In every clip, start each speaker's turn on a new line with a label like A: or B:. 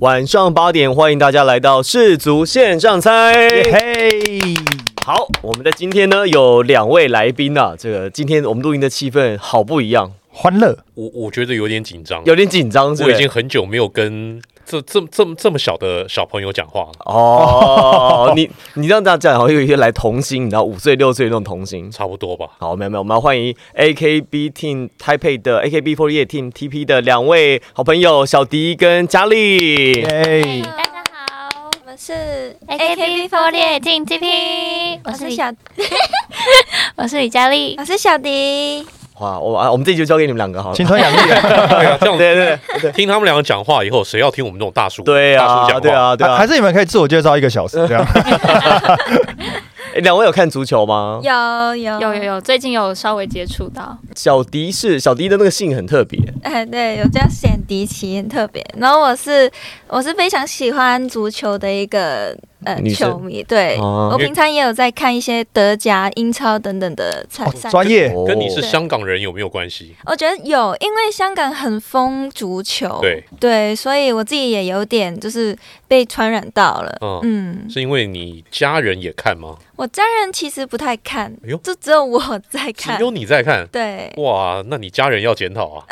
A: 晚上八点，欢迎大家来到世足线上猜。
B: 嘿，
A: 好，我们在今天呢有两位来宾啊，这个今天我们录音的气氛好不一样，
B: 欢乐，
C: 我我觉得有点紧张，
A: 有点紧张是不
C: 我
A: 是，
C: 已经很久没有跟这这这么这么小的小朋友讲话了，
A: 哦，你你让大家好像有一些来童星，你知道五岁六岁那种童星。
C: 差不多吧。
A: 好，没有没有，我们要欢迎 AKB Team 台北的 AKB48 Team TP 的两位好朋友小迪跟佳丽。
B: 耶，
D: 大家好，
E: 我们是
D: AKB48 进 TP，
E: 我
D: 我
E: 是
D: 是
E: 小
D: 小，，我是李佳丽
E: 我，是小迪。
A: 哇，我啊，我们这集就交给你们两个好了
B: 青。春洋溢啊，
C: 对啊，这 样
A: 对对
C: 听他们两个讲话以后，谁要听我们这种大叔？
A: 对
C: 大叔
A: 啊，
C: 讲
A: 对
C: 话。
A: 啊， 对
B: 还
A: 啊。
B: 还是你们可以自我介绍一 个小时这样？
A: 诶两位有看足球吗？
E: 有有
D: 有有，有，最近有稍微接触到，
A: 小迪是小迪的那个姓很特别，
E: 哎，对，有叫显迪奇，很特别。然后我是我是非常喜欢足球的一个呃
A: 女生
E: 球迷，对、
A: 哦
E: 我平常也有在看一些德甲、英超等等的参
B: 哦
E: 赛。
B: 专业
A: 哦
C: 跟你是香港人有没有关系？
E: 我觉得有，因为香港很疯足
D: 哦
E: 球，
C: 对，
E: 对，所以我自己也有点就是被传染到了。
C: 嗯
E: 嗯，
C: 是因为你家人也看吗？
E: 我家人其实不太看
C: 哎呦，
E: 就只有我在
C: 只
E: 看
C: 有。你在看？
E: 对，
C: 哇，那你家人要检讨 啊！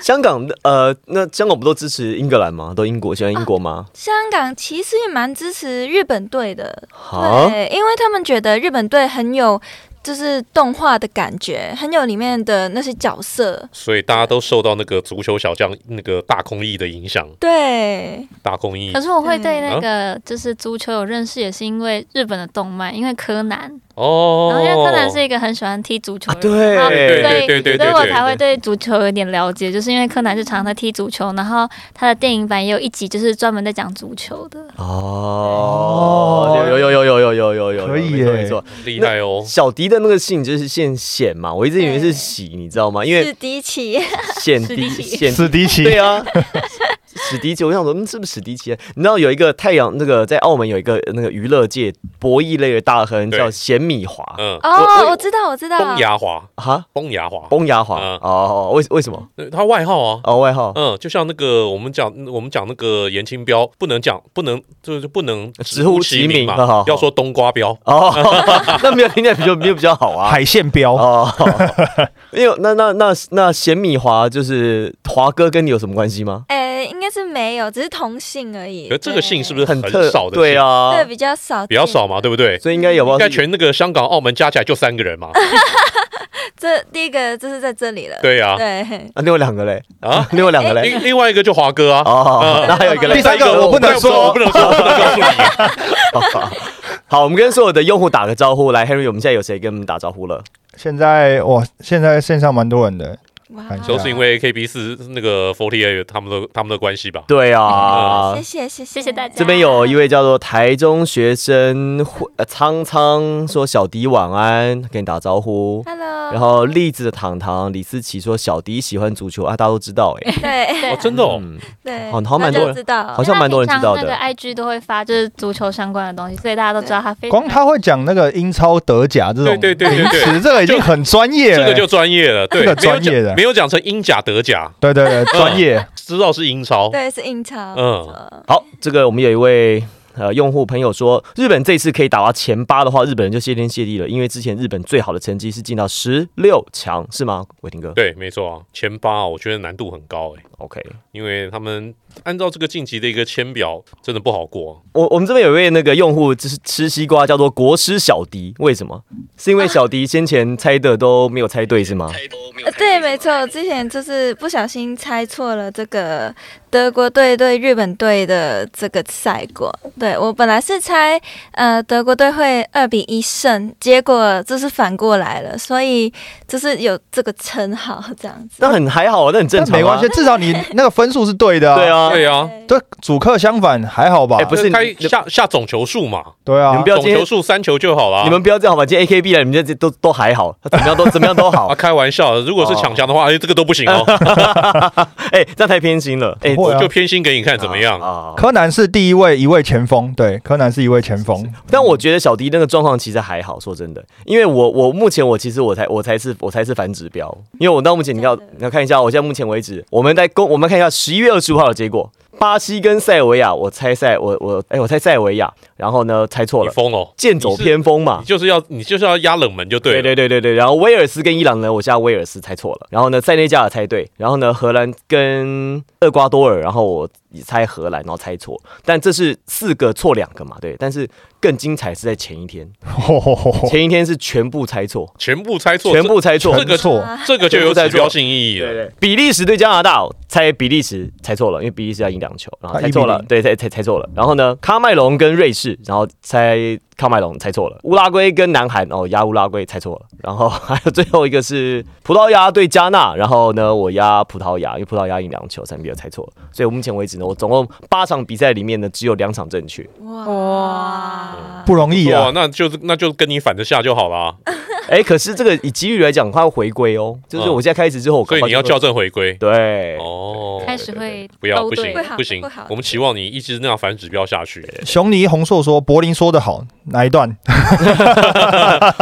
A: 香港的呃，那香港不都支持英格兰吗？都英国喜欢英国吗？
E: 香港其实也蛮支持日本队的，
A: 啊，
E: 对，因为他们觉得日本队很有就是动画的感觉，很有里面的那些角色。
C: 所以大家都受到那个足球小将那个大空翼的影响。
E: 对，
C: 大空翼
D: 可是我会对
C: 嗯
D: 那个就是足球有认识，也是因为日本的动漫，因为柯南，
C: 哦
D: 然后因为柯南是一个很喜欢踢足球
A: 啊
D: 的人。然后
A: 对
C: 对
D: 所以
C: 对对对
D: 所以
C: 对
D: 我
C: 对
D: 才会对足球有点了解，就是因为柯南就常常在踢足球，然后他的电影版也有一集就是专门在讲足球的。
A: 哦，有有有有有有有有，
B: 可以
A: 没错
B: 耶
A: 没错。
C: 厉害哦。
A: 小迪的那个姓就是姓显嘛，我一直以为是
E: 对
A: 喜，你知道吗？因为
E: 是迪奇，
A: 显
D: 史
A: 迪
D: 迪奇
A: 显
B: 史迪奇，
A: 对啊，史迪奇，我想说，嗯，是不是史迪奇？你知道有一个太阳那个在澳门有一个那个娱乐界博弈类的大亨
C: 对
A: 叫显米华
C: 嗯，
A: 我我
E: 哦，我知道，我知道
C: 崩，牙华，
A: 啊，
C: 崩牙华，
A: 崩牙华
C: 嗯
A: 哦，为为什么？
C: 呃他外号啊，
A: 哦，外号
C: 嗯，就像那个我们讲，我们讲那个严清标，不能讲，不能就是不能
A: 直呼其名好好
C: 嘛
A: 好，
C: 要说冬瓜标。
A: 哦，那没有听起来比较没有比较好啊。
B: 海线标，
A: 哦，因为那那那那咸米华就是华哥跟你有什么关系吗？
E: 哎，应该是没有，只是同姓而已。
C: 可是这个姓是不是很
A: 特
C: 少的？
A: 对，啊，
E: 对比较少，
C: 比较少。嘛，对不对？
A: 所以应该有吧？
C: 应该全那个香港、澳门加起来就三个人嘛。
E: 这第一个就是在这里了。
C: 对呀，
E: 对，
A: 啊，另外两个嘞，
C: 啊，
A: 另外两个嘞，
C: 另另外一个就华哥啊。
A: 哦，那还有一个嘞，
B: 第三个我不能
C: 对我
B: 说
C: 不，能说，我不能告诉你。
A: 好，我们跟所有的用户打个招呼。来，Henry，我们现在有谁跟我们打招呼了？
B: 现在哇，现在线上蛮多人的，
E: 哇
B: 感 觉
C: 都是因为 KB 四那个 Forty Eight 他们的他们的关系吧。
A: 对啊
C: 嗯
E: 谢，谢谢
D: 谢谢大家
A: 这边有一位叫做台中学生呃苍苍说小迪晚安，跟你打招呼。
E: ，Hello，
A: 然后栗子的糖糖李思琪说小迪喜欢足球啊，大家都知道哎、
E: 对
C: 哦， 真的哦，
A: 嗯，
E: 对，
A: 好好蛮多人
E: 大家知道
A: 好，像蛮多人知道的
D: 因为他平常那个 IG 都会发就是足球相关的东西，所以大家都知道他非常
B: 光他会讲那个英超、德甲这种
C: 对对对对
B: 名
C: 对，
B: 词，这个已经很专业
C: 这
B: 了
C: 个，就专业了。对，
B: 这个
C: 没有
B: 专业的
C: 讲没有讲成英甲、德甲，
B: 对对对，专业，
A: 嗯
C: 知道是英超。
E: 对是印钞，
C: 嗯，
A: 好，这个我们有一位。呃，用户朋友说，日本这次可以打到前八的话，日本人就谢天谢地了，因为之前日本最好的成绩是进到十六强，是吗？伟霆哥
C: 对，没错啊，前八我觉得难度很高哎。
A: ，OK，
C: 因为他们按照这个晋级的一个签表，真的不好过。
A: 我我们这边有一位那个用户，就是吃西瓜，叫做国师小迪，为什么？是因为小迪先前猜的都没有猜对，是吗？
E: 呃对，没错，之前就是不小心猜错了这个德国队对日本队的这个赛果。对我本来是猜呃德国队会二比一胜，结果就是反过来了，所以就是有这个称号这样子。
A: 那很还好，那很正
B: 但
A: 常、啊，
B: 没关系，。至少你那个分数是对的，
A: 对，啊，
C: 对啊，
B: 对，主客相反还好吧
A: 哎？不是
C: 那开
A: 你
C: 下下总球数嘛，
B: 对
A: 你
B: 啊
A: 们不，要
C: 总
A: 今天
C: 球啊数三球就好了。
A: 你们不要这样好吧？今天 AKB 来，你们这这都都还好，怎么样都怎么样 都好
C: 啊，。开玩笑，如果
A: 哦
C: 是抢墙的话，哎，这个都不行哦，
A: 哎、这样太偏心了。哎、
B: 不会
C: 我
B: 啊
C: 就偏心给你看怎么样？
A: 啊
B: 柯南是第一位一位前锋，对，柯南是一位前锋，
A: 但我觉得小迪那个状况其实还好，说真的，因为我我目前我其实我才我才是我才是反指标，因为我到目前你要
E: 真的
A: 你要看一下，我现在目前为止，我们在公我们看一下十一月二十五号的结果，巴西跟塞尔维亚，我猜塞我我哎、我猜塞尔维亚，然后呢猜错
C: 你
A: 了，
C: 疯了，
A: 剑走偏锋嘛
C: 你。就是要你就是要压冷门就对
A: 对
C: 了。
A: 对对对对，然后威尔斯跟伊朗呢，我加威尔斯猜错了，然后呢塞内加尔猜对，然后呢荷兰跟厄瓜多尔，然后我猜荷兰，然后猜错，但这是四个错两个嘛，对，但是更精彩是在前一天，
B: 吼吼吼吼
A: 前一天是全部猜错，
C: 全部猜错，
A: 全部猜错，
C: 这个
B: 错
E: 啊
C: 这个就有指标性意义
A: 对
C: 了。
A: 对，比利时对加拿大，我猜比利时猜错了，因为比利时要赢两球，然后
B: 啊
A: 猜错了
B: 1-0，
A: 对，猜猜猜错了。然后呢，喀麦隆跟瑞士，然后猜喀麦隆猜错了。乌拉圭跟南韩，哦，压乌拉圭猜错了。然后还有最后一个是葡萄牙对加纳，然后呢，我压葡萄牙，因为葡萄牙赢两球，三比二猜错了。所以我目前为止呢，我总共八场比赛里面呢，只有两场正确。
E: 哇，
B: 不容易
C: 哇
B: 啊，！
C: 哦那就是那就跟你反着下就好啊啦。
A: 哎，可是这个以机遇来讲，它要回归哦，就是
C: 嗯
A: 我现在开始之后，我搞
C: 所以
A: 不好
C: 你要
A: 就会
C: 校正回归。
A: 对。
C: 哦，
D: 开始会
C: 不要
D: 勾
C: 不
D: 兑
C: 行
E: 会好
C: 不行
E: 会好，
C: 我们期望你一直那样反指标下 去。
B: 熊尼红硕说柏林说的好，哪一段？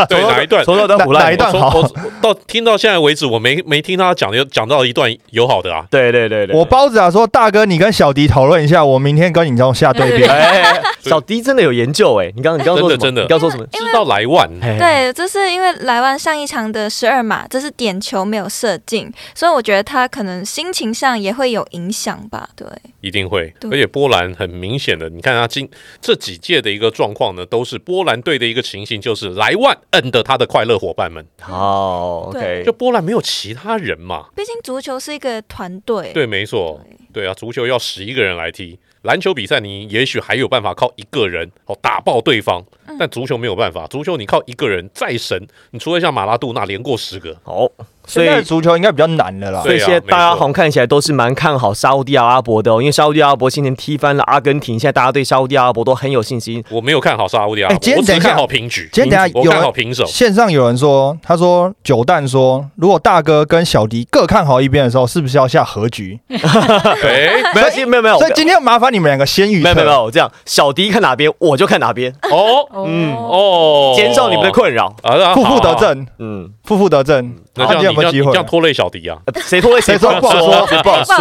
C: 对哪一段？
A: 从头到胡
B: 哪
A: 乱
B: 一段
C: 从
B: 好
C: 我我到听到现在为止，我没没听他讲讲到一段友好的啊。
A: 对对对对，对
B: 我包子啊说大哥，你跟小迪讨论一下，我明天跟你这样下 对辩。
A: 哎， 小迪真的有研究哎，你刚你刚刚说什么？
C: 真的真的
A: 你刚刚说什么？
C: 知道莱万，
A: 哎，
E: 对，就是因为莱万上一场的十二码，这是点球没有射进，所以我觉得他可能心情上也会有影响吧。对，
C: 一定会，
E: 对
C: 而且波兰很明显的，你看他今这几届的一个状况呢，都是波兰队的一个情形，就是莱万摁的他的快乐伙伴们，
A: 好
E: 对
A: ，OK，
C: 就波兰没有其他人嘛，
E: 毕竟足球是一个团队。
C: 对，没错，对啊，足球要十一个人来踢，篮球比赛你也许还有办法靠一个人哦打爆对方，但足球没有办法，足球你靠一个人再神，你除了像马拉杜纳连过十个，
A: 好，所以
B: 现在的足球应该比较难的啦
A: 所
C: 对。啊
A: 以现在大家好像看起来都是蛮看好沙烏地阿拉伯的哦，因为沙烏地阿拉伯先前踢翻了阿根廷，现在大家对沙烏地阿拉伯都很有信心。
C: 我没有看好沙乌地阿拉
B: 哎今
C: 伯，
B: 天
C: 我
B: 等
C: 只
B: 一下
C: 看好平局，
B: 今天等一下
C: 我
B: 有
C: 看好
B: 人
C: 平手，
B: 线上有人说，他说九蛋说，如果大哥跟小迪各看好一边的时候，是不是要下和局？
C: 哎，
A: 没有，没有，没有，
B: 所以今天麻烦你们两个先预
A: 没有，
B: 测。
A: 没有，没有，这样小迪看哪边我就看哪边，
C: 哦
A: 嗯
C: 哦，
D: 哦，
A: 减少你们的困扰。
C: 啊，那好
B: 负负得
C: 好
B: 正，
A: 嗯，
B: 负负得正，
C: 那
B: 看今
C: 这
B: 天有没有
C: 样你这样
B: 机
C: 你
B: 会
C: 这？样拖累小迪啊？
A: 呃谁拖累谁
B: 谁说
A: 不好说，谁不好说，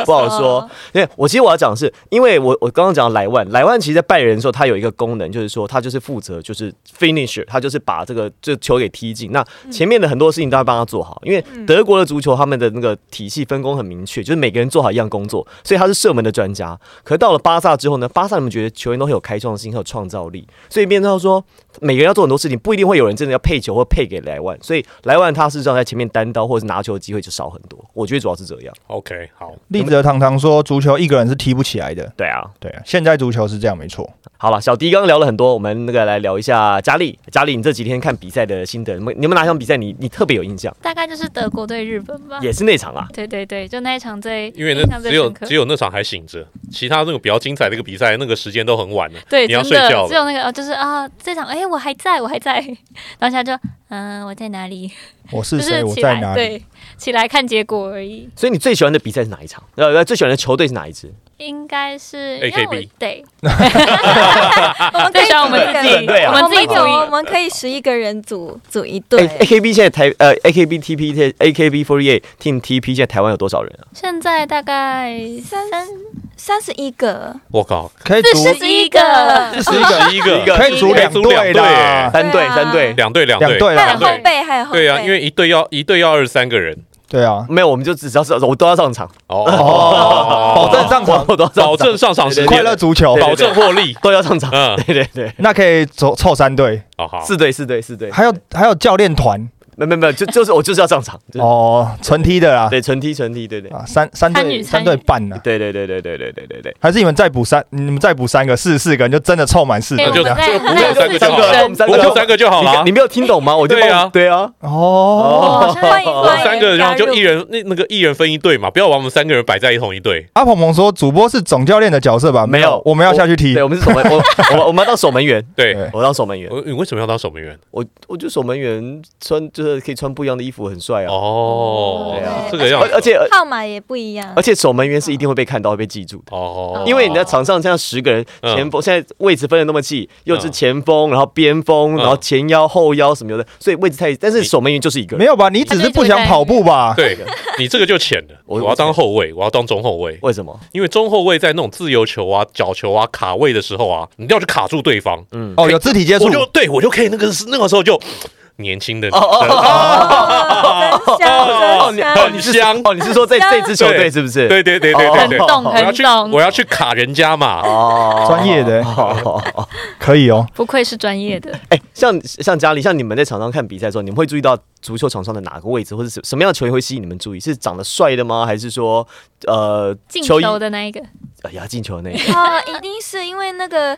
A: 不
E: 不
A: 好
E: 好说
A: 说。因为我其实我要讲的是，因为我我刚刚讲莱万，莱万其实在拜仁的时候，他有一个功能，就是说他就是负责就是 finisher，他就是把这个这球给踢进。那前面的很多事情都要帮他做好，因为德国的足球他们的那个体系分工很明确，就是每个人做好一样工作，所以他是射门的专家。可到了巴萨之后呢，巴萨你们觉得球员都很有开创性，很有创造力，所以变成说每个人要做很多事情，不一定会有人真的要配球或配给莱万，所以莱万他事实上在前面单刀或者是拿球的机会就少很多。我觉得主要是这样。
C: OK，好，
B: 立哲堂堂说，足球一个人是踢不起来的。
A: 对啊，
B: 对啊，现在足球是这样，没错。
A: 好了，小迪刚刚聊了很多，我们那个来聊一下佳丽。佳丽，你这几天看比赛的心得，你们你们哪场比赛你你特别有印象？
D: 大概就是德国对日本吧。
A: 也是那场啊，
D: 对对对，就那一场最
C: 因为
D: 印
C: 那
D: 象最
C: 只有
D: 深刻
C: 只有那场还醒着，其他那个比较精彩的一个比赛，那个时间都很晚了。
D: 对，
C: 你要
D: 真
C: 睡觉
D: 的
C: 了
D: 只有那个哦，就是啊，这场哎，我还在，我还在， 然后现在就嗯，我在哪里？
B: 我是
D: 就
B: 谁？
D: 是
B: 我
D: 起
B: 在
D: 来
B: 哪里？
D: 对，起来看结果而已。
A: 所以你最喜欢的比赛是哪一场？呃，最喜欢的球队是哪一支？
D: 应该是
C: AKB
D: 因为我对，
E: 我们可
D: 对，
E: 以
D: 像我们自
E: 组一
A: 日本
D: 己，
A: 队啊
D: 我
E: 个
D: 们自己
E: 我们有我
D: 组
E: 们可以十一个人组组一
A: 哎
E: 队。
A: ，A K B 现在台呃 A K B T P A K B forty eight Team T P 现在台湾有多少人啊？
D: 一，现在大概
E: 三
D: 三
E: 三十一个，
C: 我靠，
B: 可以组
D: 四十一个，
B: 十一个，
C: 十一个
A: 个
B: 可以组两队
C: 对
B: 的，
A: 三队，
E: 对啊
A: 三队，
C: 两队两
B: 两
C: 队，
B: 队
E: 还有
B: 啦。
E: 后备，还有后备。
C: 对
D: 哦
C: 啊，因为一队要一队要二十三个人
B: 对啊，
A: 没有，我们就只要是我都要上场，
C: 哦，
B: 哦保证上场
A: 我 都要上
C: 保
A: 场
C: 证上场时
B: 快
C: 间，
B: 乐足球
A: 对，
C: 保证获利。
A: 都要上场。
C: 嗯，
A: 对对对，
B: 那可以走凑三队，
C: 好好，
A: 四队四队四队，
B: 还有还有教练团
A: 没没没，就就是我就是要上场，就是
B: 哦，纯踢的啦。
A: 对纯踢纯踢，对对
B: 啊，三三
D: 参与
B: 队
D: 参
B: 三
D: 与
B: 队半呢，
A: 对对对对对对对对对。
B: 还是你们再补三，你们再补三个，四十四个人就真的凑满四
D: 可以
C: 那
D: 我
C: 就
D: 们
B: 队
C: 是
D: 再
C: 这个
D: 哎我们
C: 补
A: 我们三个
C: 有三个就好了我
D: 再 自己选
C: 们
A: 就
C: 三个就好了
A: 你。你没有听懂吗？我就帮
C: 对啊
A: 对啊，
B: 哦。
D: 哦
E: 欢迎欢迎
C: 三个，然后
E: 加
C: 就
E: 入
C: 一人那那个一人分一队嘛，不要把我们三个人摆在一同一队。
B: 阿鹏鹏说，主播是总教练的角色吧？
A: 哦没有
B: 我们要下去踢
A: 对，。我们是守门，我我们我们要当守门员，
C: 对，
B: 对
A: 我当守门员，
C: 我你为什么要当守门员？
A: 我我就守门员穿就是车可以穿不一样的衣服，很帅啊。对
C: 哦
A: 啊，
C: 这个样
A: 而
C: 子，
A: 而且
E: 号码也不一样
A: 而。且守门员是一定会被看到、会被记住的。
C: 哦，
A: 因为你在场上这样十个人，
C: 嗯
A: 前锋现在位置分的那么细，又是
C: 嗯
A: 前锋，然后边锋，
C: 嗯
A: 然后前腰、后腰什么的，所以位置太，但是守门员就是一个
B: 没
A: 人。
B: 有吧？你只是不想跑步吧？
C: 啊对你这个就浅了，
A: 我
C: 我要当后卫，我要当中后卫，
A: 为什么？
C: 因为中后卫在那种自由球啊、角球啊、卡位的时候啊，你要去卡住对方，
B: 哦，有肢体接触
C: 我，就对我就可以那个那个时候就年轻的
A: 哦哦哦哦
E: 哦真香
A: 哦，
E: 真
A: 你
E: 香
A: 哦你是
C: 香
A: 哦，你是说在这支球队
C: 对
A: 是不是？
C: 对对对对对
D: 很
C: 对，
D: 懂
C: 我要
D: 很
C: 去
D: 懂
C: 我，要去卡人家嘛，
A: 哦，
B: 专业的
A: 哦。哦哦
B: 可以哦。
D: 不愧是专业的。
A: 哎，像像家里，像你们在场上看比赛的时候，你们会注意到足球场上的哪个位置，或者什什么样的球员会吸引你们注意？是长得帅的吗？还是说呃
D: 进
A: 球衣
D: 球的那一个，
A: 哎呀进球的那个？
E: 哦，一定是因为那个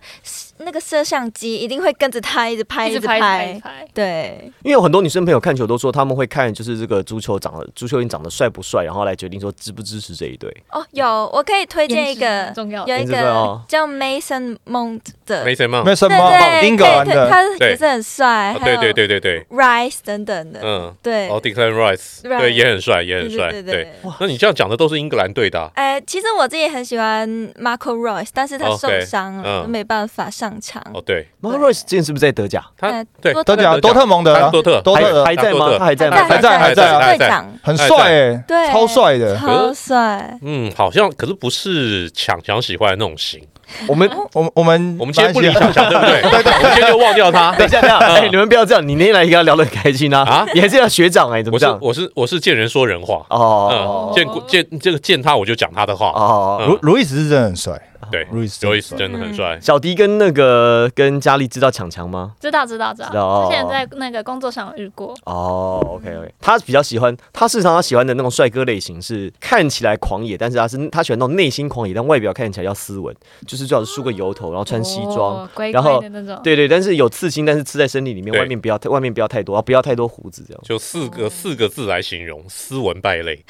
E: 那个摄像机一定会跟着他一直拍，
D: 一直
E: 直
D: 拍，一直拍。
E: 对，
A: 因为有很多女生朋友看球都说他们会看就是这个足球长得足球员长得帅不帅，然后来决定说支不支持这一队。
E: 哦，有，我可以推荐一
D: 颜值
E: 个
D: 很，重要
E: 有
A: 颜
E: 一
A: 值重要
E: 个叫 Mason Mount 的，
C: 没什么，
B: 没什
E: 对
B: 么，
E: 对，
B: 英格兰
E: 对对
B: 的
E: 他也是很帅
C: 啊，
E: 还
C: 对
E: 有
C: 对对对
E: 哎
C: 对，
E: ，Rice 等等的，
C: 嗯，
E: 对，
C: 哦，Declan Rice，
E: Rice
C: 对，也很帅，也
E: 对
C: 很
E: 对
C: 帅，
E: 对
C: 对。
E: 对。
C: 那你这样讲的都是英格兰队的啊，
E: 哎，其实我自己很喜欢 Marco Royce，但是他
C: OK，
E: 受伤了，
C: 嗯
E: 都没办法上场。
C: 哦，对，
A: m a r o s 之前是不是在德甲？
C: 他
E: 嗯呃
C: 对
E: 多
B: 德
C: 他
B: 甲
C: 在
B: 多特蒙德
C: 他
B: 啊，
C: 多特
B: 多特
A: 还
B: 的
A: 还在吗？他还在吗？
B: 还在还在啊
E: 队
C: 还在
E: 长，
B: 很帅哎，
E: 对，
B: 超帅的。
E: 超帅。
C: 嗯，好像可是不是强强喜欢的那种型。
A: 我们
B: 我们我们
C: 我们今天不理强强，对不对？
B: 啊 对对
C: 我们今天就忘掉他。
A: 等一下，等一下，哎，你们不要这样，你那天来跟他聊得很开心啊，
C: 啊
A: 你还是要学长哎，怎
C: 我
A: 么
C: 是
A: 这样？
C: 我是我是见人说人话，嗯，
A: 哦
C: 见过见这个见他我就讲他的话，
A: 哦，
B: 路路易斯是真的很帅，
C: 对
B: 路易斯
C: ，Joyce
B: 真的很帅
C: 真的很
E: 嗯
C: 帅，
A: 小迪跟那个跟佳丽知道强强吗？
D: 知道知道知
A: 知道哦
D: 道，之前在那个工作上有遇过，
A: 哦，OK OK，他比较喜欢，他市场他喜欢的那种帅哥类型是看起来狂野，但是他是他喜欢那种内心狂野，但外表看起来要斯文，就是最好是梳个油头，然后穿西装，
D: 哦乖
A: 然
D: 乖
A: 后
D: 的那种，
A: 对对，但是有刺青，但是刺在身体里面，
C: 对
A: 外面不要太外面不要太多，不要太多胡子这样。
C: 就四
E: 哦
C: 个四个字来形容，斯文败类。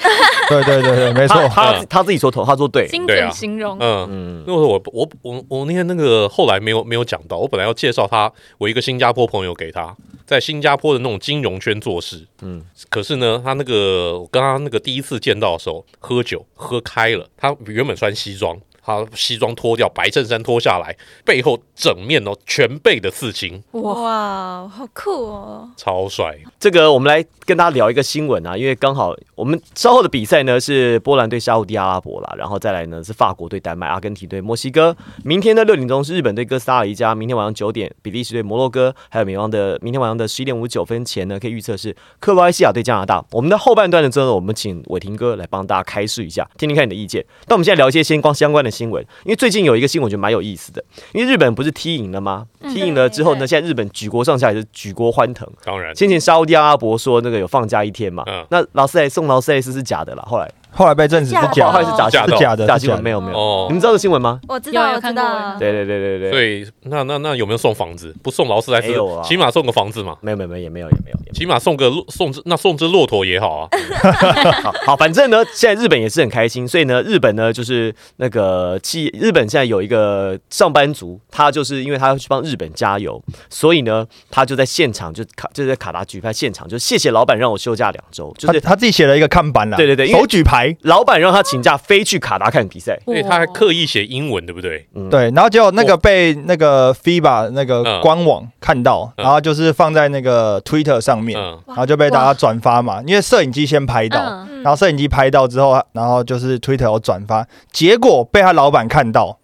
B: 对对对对，没错
A: 他。他
C: 嗯
A: 他自己说头，他说对，
D: 精
C: 对啊
D: 准形容，
C: 嗯，
A: 嗯，
C: 那我我我我那天那个后来没有没有讲到，我本来要介绍他，我一个新加坡朋友给他，在新加坡的那种金融圈做事，
A: 嗯
C: 嗯，可是呢，他那个我跟他那个第一次见到的时候，喝酒喝开了，他原本穿西装。他西装脱掉，白衬衫脱下来，背后整面哦，全背的刺青，
D: 哇，
E: 哇，好酷哦！
C: 超帅。
A: 这个我们来跟大家聊一个新闻啊，因为刚好我们稍后的比赛呢是波兰对沙烏地阿拉伯啦，然后再来呢是法国对丹麦，阿根廷对墨西哥。明天的六点钟是日本对哥斯达黎加，明天晚上九点比利时对摩洛哥，还有明晚的明天晚上的十一点五九分前呢，可以预测是克罗埃西亚啊对加拿大。我们的后半段的之后呢，我们请伟霆哥来帮大家开示一下，听听看你的意见。那我们现在聊一些先光相关的新闻，因为最近有一个新闻我觉得蛮有意思的，因为日本不是踢赢了吗？踢赢了之后呢，
D: 对
A: 现在日本举国上下也是举国欢腾。
C: 当然，
A: 先前沙烏地阿拉伯说那个有放假一天嘛，
C: 嗯
A: 那劳斯莱斯送劳斯莱斯是假的啦，后来
B: 后来被证实是
C: 哦
E: 假
A: 后
B: 假
A: 来
B: 的
A: 是假
C: 假的
A: 的，
B: 是假的
A: 假
B: 是
A: 新
B: 假
A: 闻
B: 的
A: 没有没有，
C: 哦
A: 你们知道这个新闻吗？
E: 我知
D: 有
E: 道，我
D: 有
E: 知
D: 看过有
E: 道
D: 看，过
A: 对对对对
C: 所
A: 对，
C: 以那那那有没有送房子？不送劳斯莱斯
A: 没有啊，
C: 起码送个房子嘛，
A: 没有没有没有也没有也没有，也没
C: 起码送个骆送只那送只骆驼也好啊。
A: 有好好，反正呢，现在日本也是很开心，所以呢，日本呢就是那个企，日本现在有一个上班族，他就是因为他要去帮日本加油，所以呢，他就在现场就卡就在卡达举办现场，就谢谢老板让我休假两周，就
B: 他
A: 是
B: 他自己写了一个看板啦，
A: 对对对因为
B: 手举牌，
A: 老板让他请假飞去卡达看比赛，
C: 所以他还刻意写英文，对不对？
B: 对，然后结果那个被那个 FIBA 那个官网看到，
C: 嗯
B: 然后就是放在那个 Twitter 上面，
C: 嗯，
B: 然后就被大家转发嘛，因为摄影机先拍到，
D: 嗯，
B: 然后摄影机拍到之后，然后就是 Twitter 有转发，结果被他老板看到，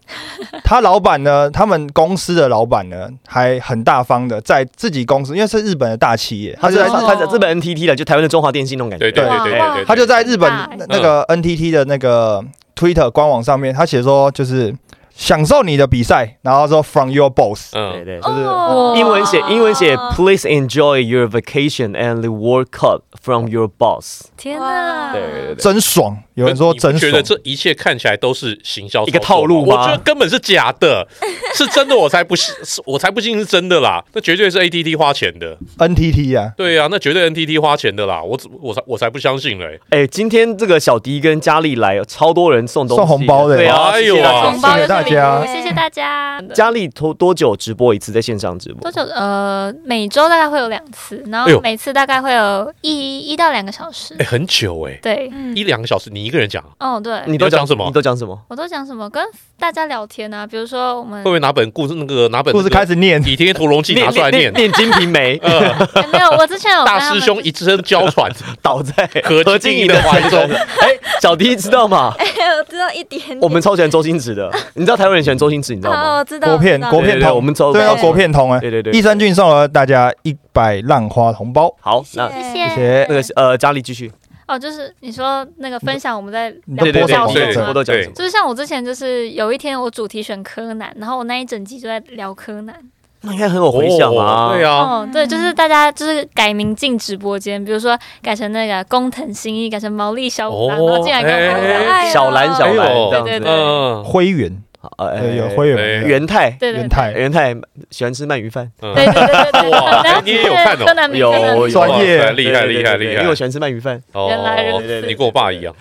B: 他老板呢，他们公司的老板呢，还很大方的在自己公司，因为是日本的大企业，
A: 他
B: 他
A: 是
B: 就
A: 在
B: 在
D: 哦
A: 他在日本 NTT 了，就台湾的中华电信那种感觉，
C: 对对对
D: 哇
C: 对对
D: 哇
C: 对，嗯
B: 他就在日本
D: 大欸
B: 那那个 NTT 的那个 Twitter 官网上面，他写说就是享受你的比赛，然后说 from your boss，
A: 对
C: 嗯，
A: 对。
B: 就是
E: 哦
A: 英文写英文写，Please enjoy your vacation and the World Cup from your boss。
D: 天
E: 哇
D: 哪，
A: 对对对对，
B: 真爽，有人说真
C: 你不觉
B: 爽
C: 得，这一切看起来都是行销
A: 一个
C: 操作
A: 套路
C: 吗
A: 吗
C: 我觉得根本是假的，是真的我才不信，是我才不信是真的啦，那绝对是 ATT 花钱的，
B: NTT 呀、
C: 对呀、啊，那绝对 NTT 花钱的啦，我只我才我才不相信嘞、
A: 哎、今天这个小迪跟佳丽来，超多人送东西，
B: 送红包的
A: 对啊，
C: 哎呦
A: 谢谢大家
C: 啊
E: 红包
B: 谢谢
E: 又是
B: 大
E: 礼
B: 家
E: 物
D: 谢谢大家。
A: 佳丽多多久直播一次？在线上直播
D: 多？久？呃，每周大概会有两次，然
C: 哎呦
D: 后每次大概会有一一到两个小时
C: 哎、。很久哎、
D: 对，
E: 嗯
C: 一两个小时，你一个人讲，
D: 哦，对，
A: 你
C: 你要
A: 都
C: 讲什么
A: 你都讲什么？
D: 我都讲什么？跟大家聊天啊，比如说我们
C: 会不会拿本故事那个拿本
B: 故事开始念
C: 《倚天屠龙记》拿出来念？嗯
A: 念《金瓶 梅》，
D: 哎没有，我之前有跟
C: 大
D: 他
C: 师
D: 们
C: 兄一声娇喘，
A: 倒在
C: 何
A: 何
C: 静
A: 静
C: 怡
A: 怡
C: 的
A: 的
C: 怀
A: 怀
C: 中
A: 中。哎，小迪知道吗？
D: 哎
E: 我知道一点点。
A: 我们超喜欢周星驰的，你知道台湾人喜欢周星驰，你知道
E: 哦，
A: 吗？
E: 我知道
B: 国片
E: 我知道
B: 国
A: 对
B: 片
A: 对对
B: 通，
A: 我们走
B: 对要
E: 对
B: 国片通哎、
A: 对对对，
B: 益生菌送了大家一百浪花红包，
A: 好，
E: 谢
A: 那
E: 谢
D: 谢
B: 谢谢
A: 那个是呃，佳丽继续，
D: 哦，就是你说那个分享我们在
B: 你
D: 聊
B: 对对
D: 播教
B: 对对
D: 授
B: 对
A: 我
D: 吗？
A: 都讲什么？
D: 就是像我之前就是有一天我主题选柯南，然后我那一整集就在聊柯南。
A: 那应该很有回响啊。
C: 哦对啊，
D: 哦，对，就是大家就是改名进直播间，比如说改成那个工藤新一，改成毛利小五郎，
C: 哦
D: 然后进来跟我们聊
E: 哎
D: 天。
E: 哎
A: 小兰，小兰
C: 哎呦
A: 这样
D: 啊对
A: 子
D: 对，
C: 嗯，
B: 灰原
A: 好呃
B: 对有灰
C: 哎
B: 原
A: 元太，
D: 对对
B: 元
D: 对
B: 太
A: 元太喜欢吃鳗鱼饭，
C: 嗯
D: 对对对对对
C: 哇
D: 对，
C: 你也有看哦
D: 柯南迷
A: 有
D: 柯南迷
A: 有啊
B: 专业
C: 哇塞厉
A: 对
C: 害
A: 对
C: 厉害
A: 对对
C: 厉
A: 因为
C: 害
A: 我！喜欢吃鳗鱼饭。
C: 哦
D: 原来如
A: 对
D: 此
A: 对 对
C: 你跟我爸一样。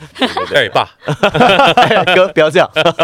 C: 哎，爸，
A: 哥，不要这样，啊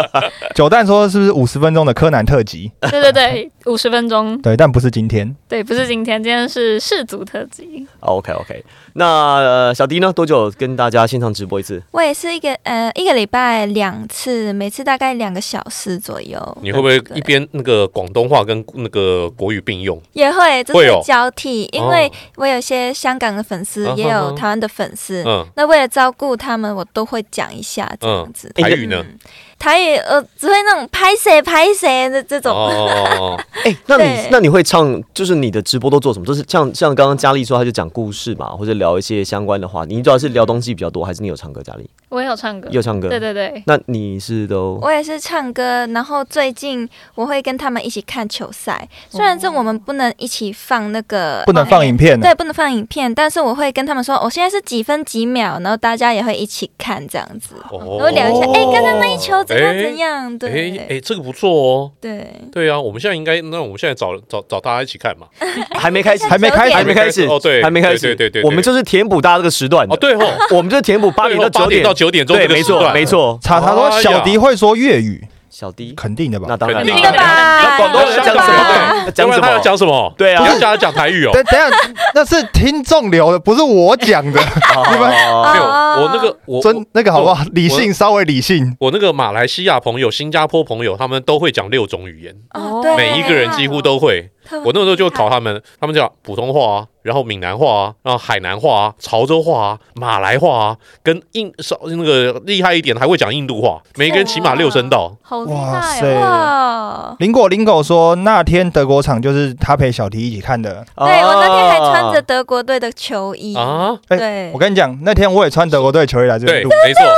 B: 九蛋说是不是五十分钟的柯南特辑？
D: 对对对，五十分钟，
B: 对，但不是今天。
D: 对，不是今天，今天是氏族特辑。
A: OK OK，那、呃、小迪呢？多久跟大家现场直播一次？
E: 我也是一个呃一个礼拜两次，每次大概两个小时左右。
C: 你会不会
E: 对
C: 一边那个广东话跟那个国语并用？
E: 也会就
C: 会哦哦
E: 是交替？因为我有些香港的粉丝
C: 啊，哈
E: 也有
C: 哈
E: 台湾的粉丝。
C: 嗯，
E: 那为了照顾他们，我都会讲一下这样子。
A: 哎
C: 台哎语呢？
E: 嗯台语呃只会那种拍谁拍谁的这
C: 哦
E: 种。
C: 哦哦，哦
A: 哎、那你
E: 对
A: 那你会唱，就是你的直播都做什么？就是像像刚刚佳丽说，她就讲故事嘛，或者聊一些相关的话题。你主要是聊东西比较多，还是你有唱歌？佳丽
D: 我也有唱歌，
A: 有唱歌，
D: 对对对，
A: 那你是都
E: 我也是唱歌，然后最近我会跟他们一起看球赛，
C: 哦
E: 虽然这我们不能一起放那个，
B: 不能放影片
E: 哦对，不能放影片，但是我会跟他们说，哦我、现在是几分几秒，然后大家也会一起看这样子，
C: 哦
E: 然后聊一下，哎、刚刚那一球怎样
C: 哎
E: 怎样，对、
C: 哎哎，这个不错哦。
E: 对，
C: 对啊，我们现在应该，那我们现在找找找大家一起看嘛。
A: 还没开始，
B: 还没开始
A: 还没开始，
C: 哦对
A: 还没开始，
C: 对对对对对
A: 我们就是填补大家这个时段
C: 哦，
A: 的，
C: 对哦，
A: 我们就是填补嗯 八点
C: 对
A: 到
C: 哦八
A: 九
C: 点到九点钟
A: 对，
C: 这个
A: 没
C: 时
A: 错
C: 段
A: 没错，
B: 查查说
C: 哎呀
B: 小迪会说粤语，
A: 小迪，
B: 肯定的吧
A: 那？当然
C: 肯定
A: 了
C: 的吧
A: 那广东人讲什么？
C: 要
A: 讲
C: 不
A: 什
C: 然他要
A: 么？
C: 讲什么？
A: 对啊
C: 你要讲他讲台语哦。
B: 等等一下， 那是听众留的，不是我讲的。你们
A: 哦
C: 没有，我那个 我
B: 真那个好不好？理
C: 我
B: 性，稍微理性。
C: 我那个马来西亚朋友、新加坡朋友，他们都会讲六种语言，
E: 哦，对，
C: 每一个人几乎都会。
E: 他 们
C: 我那时候就考他们，他们讲普通话啊，然后闽南话啊，然后海南话啊，潮州话啊，马来话啊，跟印稍那个厉害一点还会讲印度话，每个人起码六声道。
D: 好厉
B: 哇
D: 害
B: 塞
D: 哦！
E: 哇。
B: 林果林狗说，那天德国场就是他陪小迪一起看的。
A: 哦
E: 对，我那天还穿
A: 啊
E: 着德国队的球衣，
C: 啊，
B: 哎
E: 对
B: 我，跟你讲，那天我也穿德国队球衣来这边
C: 对，
B: 录，
C: 没错。
B: 对